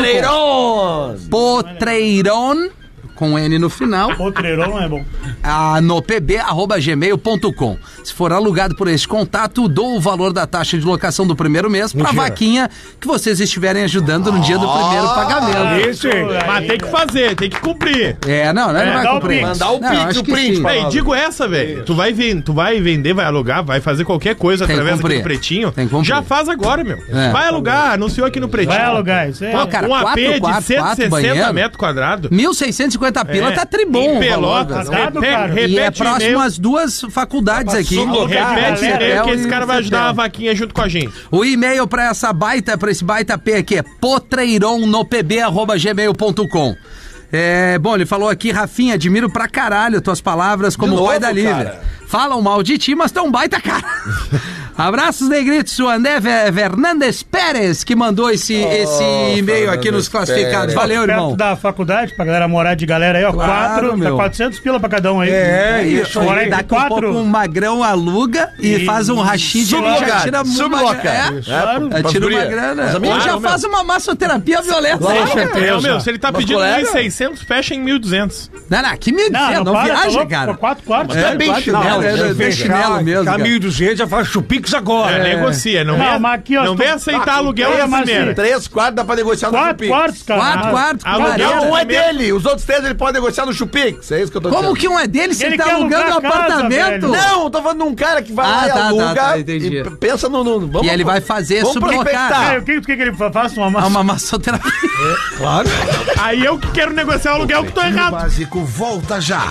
S2: Potreiron! com N no final,
S3: Potreirão não é bom.
S2: ah, no pb.gmail.com. Se for alugado por esse contato, dou o valor da taxa de locação do primeiro mês pra
S6: Mentira.
S2: vaquinha que vocês estiverem ajudando no dia
S5: Ah,
S2: do primeiro pagamento.
S6: Isso, hein?
S5: Mas tem que fazer, tem que cumprir.
S2: É, não, não, ele
S3: É,
S2: vai
S3: dá o
S2: cumprir.
S3: print.
S4: Mandar o
S2: Não,
S4: print,
S2: acho
S4: o
S2: que
S4: print,
S2: sim.
S4: vai.
S5: Ei, digo essa, velho. Tu vai, ven- tu vai vender, vai alugar, vai fazer qualquer coisa
S2: Tem que
S5: através aqui
S2: cumprir.
S5: do pretinho.
S2: Tem que cumprir.
S5: Já faz agora, meu.
S2: É.
S5: Vai alugar, anunciou aqui no pretinho.
S3: Vai alugar isso aí.
S2: Pô, cara,
S5: um AP
S2: quatro
S5: de
S2: quartos,
S5: 160
S2: quatro banheiro.
S5: metros quadrados.
S2: 1.650 pila
S5: É.
S2: tá tribom,
S5: Em
S2: o valor,
S5: Pelotas,
S2: velho.
S3: Tá dado,
S5: repete,
S3: cara.
S5: repete
S2: E é
S5: o
S2: próximo
S5: e-mail. Tá
S2: às duas faculdades aqui. é
S4: Passou no
S3: lugar,
S5: Repete
S3: galera,
S5: o e-mail que
S2: Cetel
S5: esse
S2: e
S5: cara vai ajudar
S2: Cetel.
S5: a vaquinha junto com a gente.
S2: O e-mail pra essa baita, pra esse baita P aqui é potreironopb.gmail.com. É, bom, ele falou aqui, Rafinha, admiro pra caralho tuas palavras como
S4: De
S2: pai
S4: novo,
S2: da Lívia.
S4: cara.
S2: Falam mal de ti, mas tão baita cara. Abraços, negritos. O André Ve- Fernandes Pérez que mandou esse, esse e-mail aqui nos
S4: Fernandes
S2: classificados.
S4: Pérez.
S2: Valeu,
S3: Perto
S2: irmão.
S3: da faculdade, pra galera morar de galera aí, ó.
S2: Claro,
S3: quatro,
S2: meu.
S3: tá 400 pila pra cada um aí.
S6: É,
S2: Isso,
S3: Morar
S2: aí,
S3: entre
S2: daqui a pouco
S3: quatro.
S2: um magrão aluga e,
S3: E
S2: faz um rachid ele já
S4: subloca,
S2: tira uma
S4: subloca.
S2: grana. É,
S4: Claro.
S2: é, tira uma
S4: Guria,
S2: grana.
S4: mas a minha-
S2: Ou já
S5: Claro,
S2: faz uma massoterapia violenta.
S6: Claro,
S2: né?
S6: certeza.
S5: Não, meu, se ele tá
S4: Mas,
S5: pedindo
S4: colega-
S5: 1.600, fecha em 1.200.
S2: Não, não, que me
S3: Não,
S2: não,
S3: não,
S2: não
S3: para, tá
S2: viaja,
S3: louco?
S2: é cara.
S3: Pô, Quatro quartos.
S4: Mas
S3: né?
S4: tá bem
S2: quatro
S4: chinelo,
S2: chinelo,
S4: né?
S2: é, é,
S4: Fechar,
S2: é chinelo mesmo.
S6: Tá
S2: cara.
S6: 1.200, já faz chupix agora.
S5: É, negocia, não,
S3: Não,
S5: vem,
S3: mas aqui, ó,
S5: não
S3: tu-
S5: vem aceitar aluguel
S3: Aí é
S5: na
S3: mais
S5: primeira.
S4: Três, quatro, dá pra negociar no
S3: Quatro
S4: Chupix.
S3: quartos, cara.
S2: é Quatro, quatro,
S5: Aluguel
S2: quarenta.
S4: Não, um é
S5: Primeiro.
S4: dele. Os outros três ele pode negociar no Chupix. É isso que eu tô
S2: Como
S4: dizendo.
S2: que um é dele? Você
S3: Ele
S2: tá
S3: quer
S2: alugando um
S3: alugar a casa,
S2: apartamento?
S3: velho.
S4: Não, eu tô falando de um cara que vai
S2: Ah,
S4: lá e
S2: tá, tá,
S4: aluga
S2: tá, entendi.
S4: e p- pensa no... no- vamos,
S2: E ele vai fazer
S4: vamos
S2: sublocar.
S4: prospectar.
S3: Cara, o que, o que que ele fa- faça? Uma
S2: É
S3: massa?
S2: uma massoterapia.
S5: Aí eu que quero negociar o aluguel que tô errado.
S7: Básico volta já.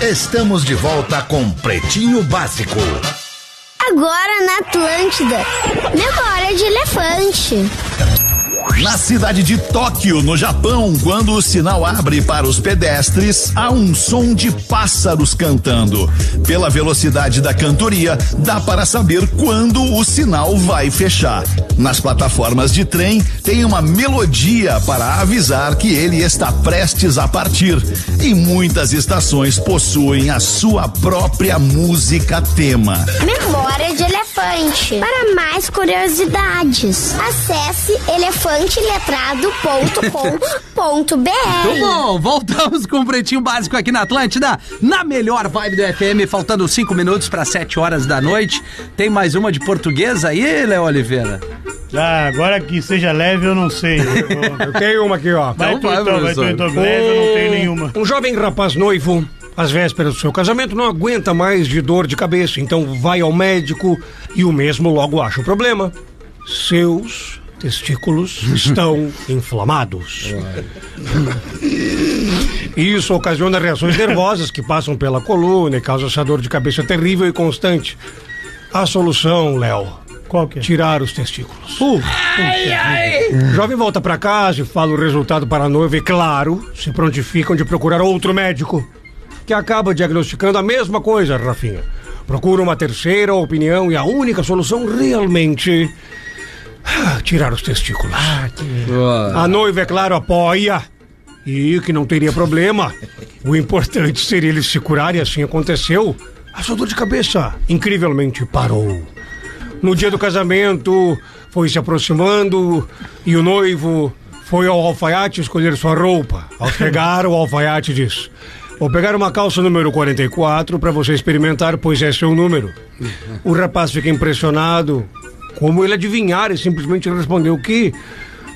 S7: Estamos de volta com Pretinho Básico.
S8: Agora na Atlântida. Memória de elefante.
S7: Na cidade de Tóquio, no Japão, quando o sinal abre para os pedestres, há um som de pássaros cantando. Pela velocidade da cantoria, dá para saber quando o sinal vai fechar. Nas plataformas de trem, tem uma melodia para avisar que ele está prestes a partir. E muitas estações possuem a sua própria música tema.
S8: Memória de elefante. Para mais curiosidades, acesse
S2: Muito
S8: elefanteletrado.com.br.
S2: bom, voltamos com o Pretinho Básico aqui na Atlântida, na melhor vibe do FM, faltando cinco minutos para 7 horas da noite. Tem mais uma de português aí, Léo Oliveira?
S3: Ah, agora que seja leve, eu não sei. Eu vou-
S6: Eu tenho uma aqui, ó.
S3: Vai
S2: Então
S3: tu
S2: vai,
S3: então, vai tu
S2: professor.
S3: então. Leve, eu não tenho nenhuma.
S6: Um jovem rapaz noivo, às vésperas do seu casamento, não aguenta mais de dor de cabeça, então vai ao médico e o mesmo logo acha o problema. Seus testículos estão inflamados. Isso ocasiona reações nervosas que passam pela coluna e causa essa dor de cabeça terrível e constante. A solução, Léo,
S3: Qual que é?
S6: tirar os testículos. O jovem volta pra casa e fala o resultado para a noiva e, claro, se prontificam de procurar outro médico, que acaba diagnosticando a mesma coisa, Rafinha. Procura uma terceira opinião e a única solução realmente. ah, Tirar os testículos. A noiva, é claro, apoia. E que não teria problema. O importante seria ele se curar e assim aconteceu. A sua dor de cabeça, incrivelmente, parou. No dia do casamento, foi se aproximando e o noivo foi ao alfaiate escolher sua roupa. Ao chegar, o alfaiate diz: Vou pegar uma calça número 44 para você experimentar, pois é seu número. O rapaz fica impressionado. Como ele adivinhar e simplesmente respondeu que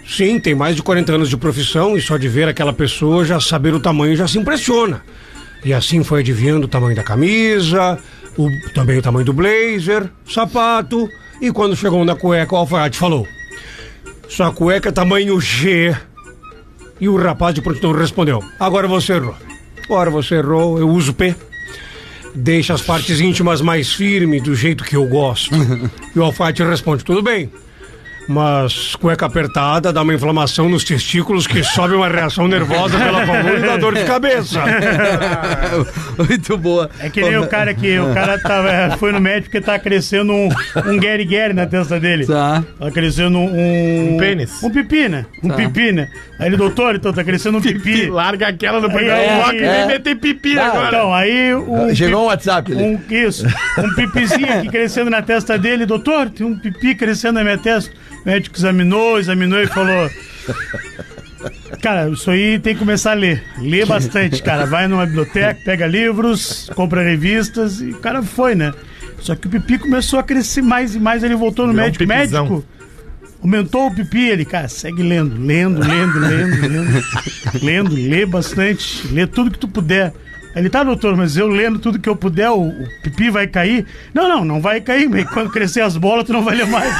S6: sim, tem mais de 40 anos de profissão e só de ver aquela pessoa já saber o tamanho já se impressiona. E assim foi adivinhando o tamanho da camisa, o, também o tamanho do blazer, sapato. E quando chegou na cueca, o alfaiate falou: Sua cueca é tamanho G. E o rapaz de prontidão respondeu: Agora você errou. Agora você errou, eu uso P. Deixa as partes íntimas mais firmes, do jeito que eu gosto. e o alfaiate responde: Tudo bem. Mas cueca apertada dá uma inflamação nos testículos que sobe uma reação nervosa pela coluna e dá dor de cabeça.
S2: Muito boa.
S3: É que nem o cara que o cara tava, é, foi no médico porque tá crescendo um, um Gary Gary na testa dele.
S2: Tá.
S3: Tá crescendo um.
S5: Um pênis.
S3: Um pipi, né? Um
S4: Tá.
S3: pipi, né? Aí ele, doutor, então tá crescendo um pipi.
S5: Larga aquela no
S3: Aí,
S5: primeiro
S3: aí,
S5: bloco e
S3: é.
S5: vem meter pipi agora.
S3: Então, aí um.
S4: Chegou um
S3: pipi-
S4: WhatsApp ali.
S3: um, isso, um pipizinho aqui crescendo na testa dele. Doutor, tem um pipi crescendo na minha testa. O médico examinou, examinou e falou: Cara, isso aí tem que começar a ler. Lê bastante, cara. Vai numa biblioteca, pega livros, compra revistas e o cara foi, né? Só que o pipi começou a crescer mais e mais. Ele voltou no
S5: Virou um
S3: médico.
S5: pipizão.
S3: médico aumentou o pipi. Ele, cara, segue lendo, lendo, lendo, lendo, lendo. lendo, lê bastante. Lê tudo que tu puder. Ele tá, doutor, mas eu lendo tudo que eu puder, o, o pipi vai cair? Não, não, não vai cair, mas quando crescer as bolas, tu não vai ler mais.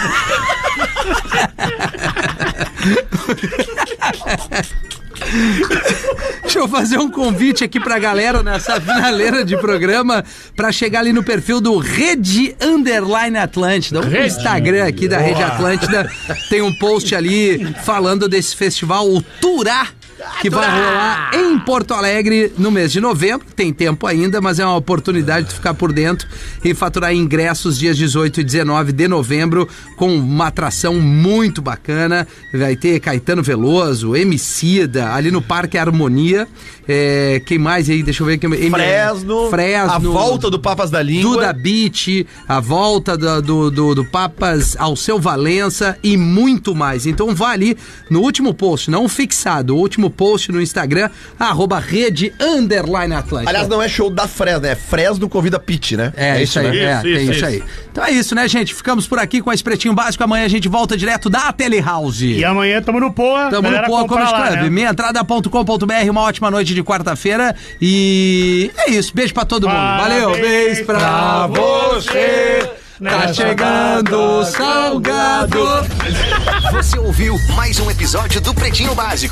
S2: Deixa eu fazer um convite aqui pra galera nessa finaleira de programa pra chegar ali no perfil do Rede Underline Atlântida. O Instagram aqui da Rede Atlântida tem um post ali falando desse festival, o Turá. Que vai rolar em Porto Alegre no mês de novembro. Tem tempo ainda, mas é uma oportunidade de ficar por dentro e faturar ingressos dias 18 e 19 de novembro com uma atração muito bacana. Vai ter Caetano Veloso, Emicida, ali no Parque Harmonia. É, quem mais aí? Deixa eu ver. Quem... Em-
S4: Fresno,
S2: Fresno.
S4: a volta do Papas da Língua.
S2: Duda Beach, a volta da- do, do, do Papas ao seu Valença e muito mais. Então vá ali no último post, não fixado, o último post no Instagram, arroba rede underline Atlântica.
S4: Aliás, não é show da Fresno, é Fresno convida Pit, né?
S2: É, isso aí,
S4: né?
S2: é,
S5: Isso,
S2: tem isso,
S5: isso,
S2: aí. Então é isso, né, gente? Ficamos por aqui com esse Pretinho Básico. Amanhã a gente volta direto da Telehouse.
S3: E amanhã tamo no Poa.
S2: Tamo no
S3: galera
S2: Poa
S3: comprar
S2: Comedy
S3: lá,
S2: Club,
S3: né?
S2: minhaentrada.com.br, uma ótima noite de quarta-feira e é isso, beijo pra todo mundo, valeu,
S3: Parabéns
S2: beijo pra
S3: pra
S2: você, tá
S3: nessa
S2: chegando o salgado.
S9: Você ouviu mais um episódio do Pretinho Básico.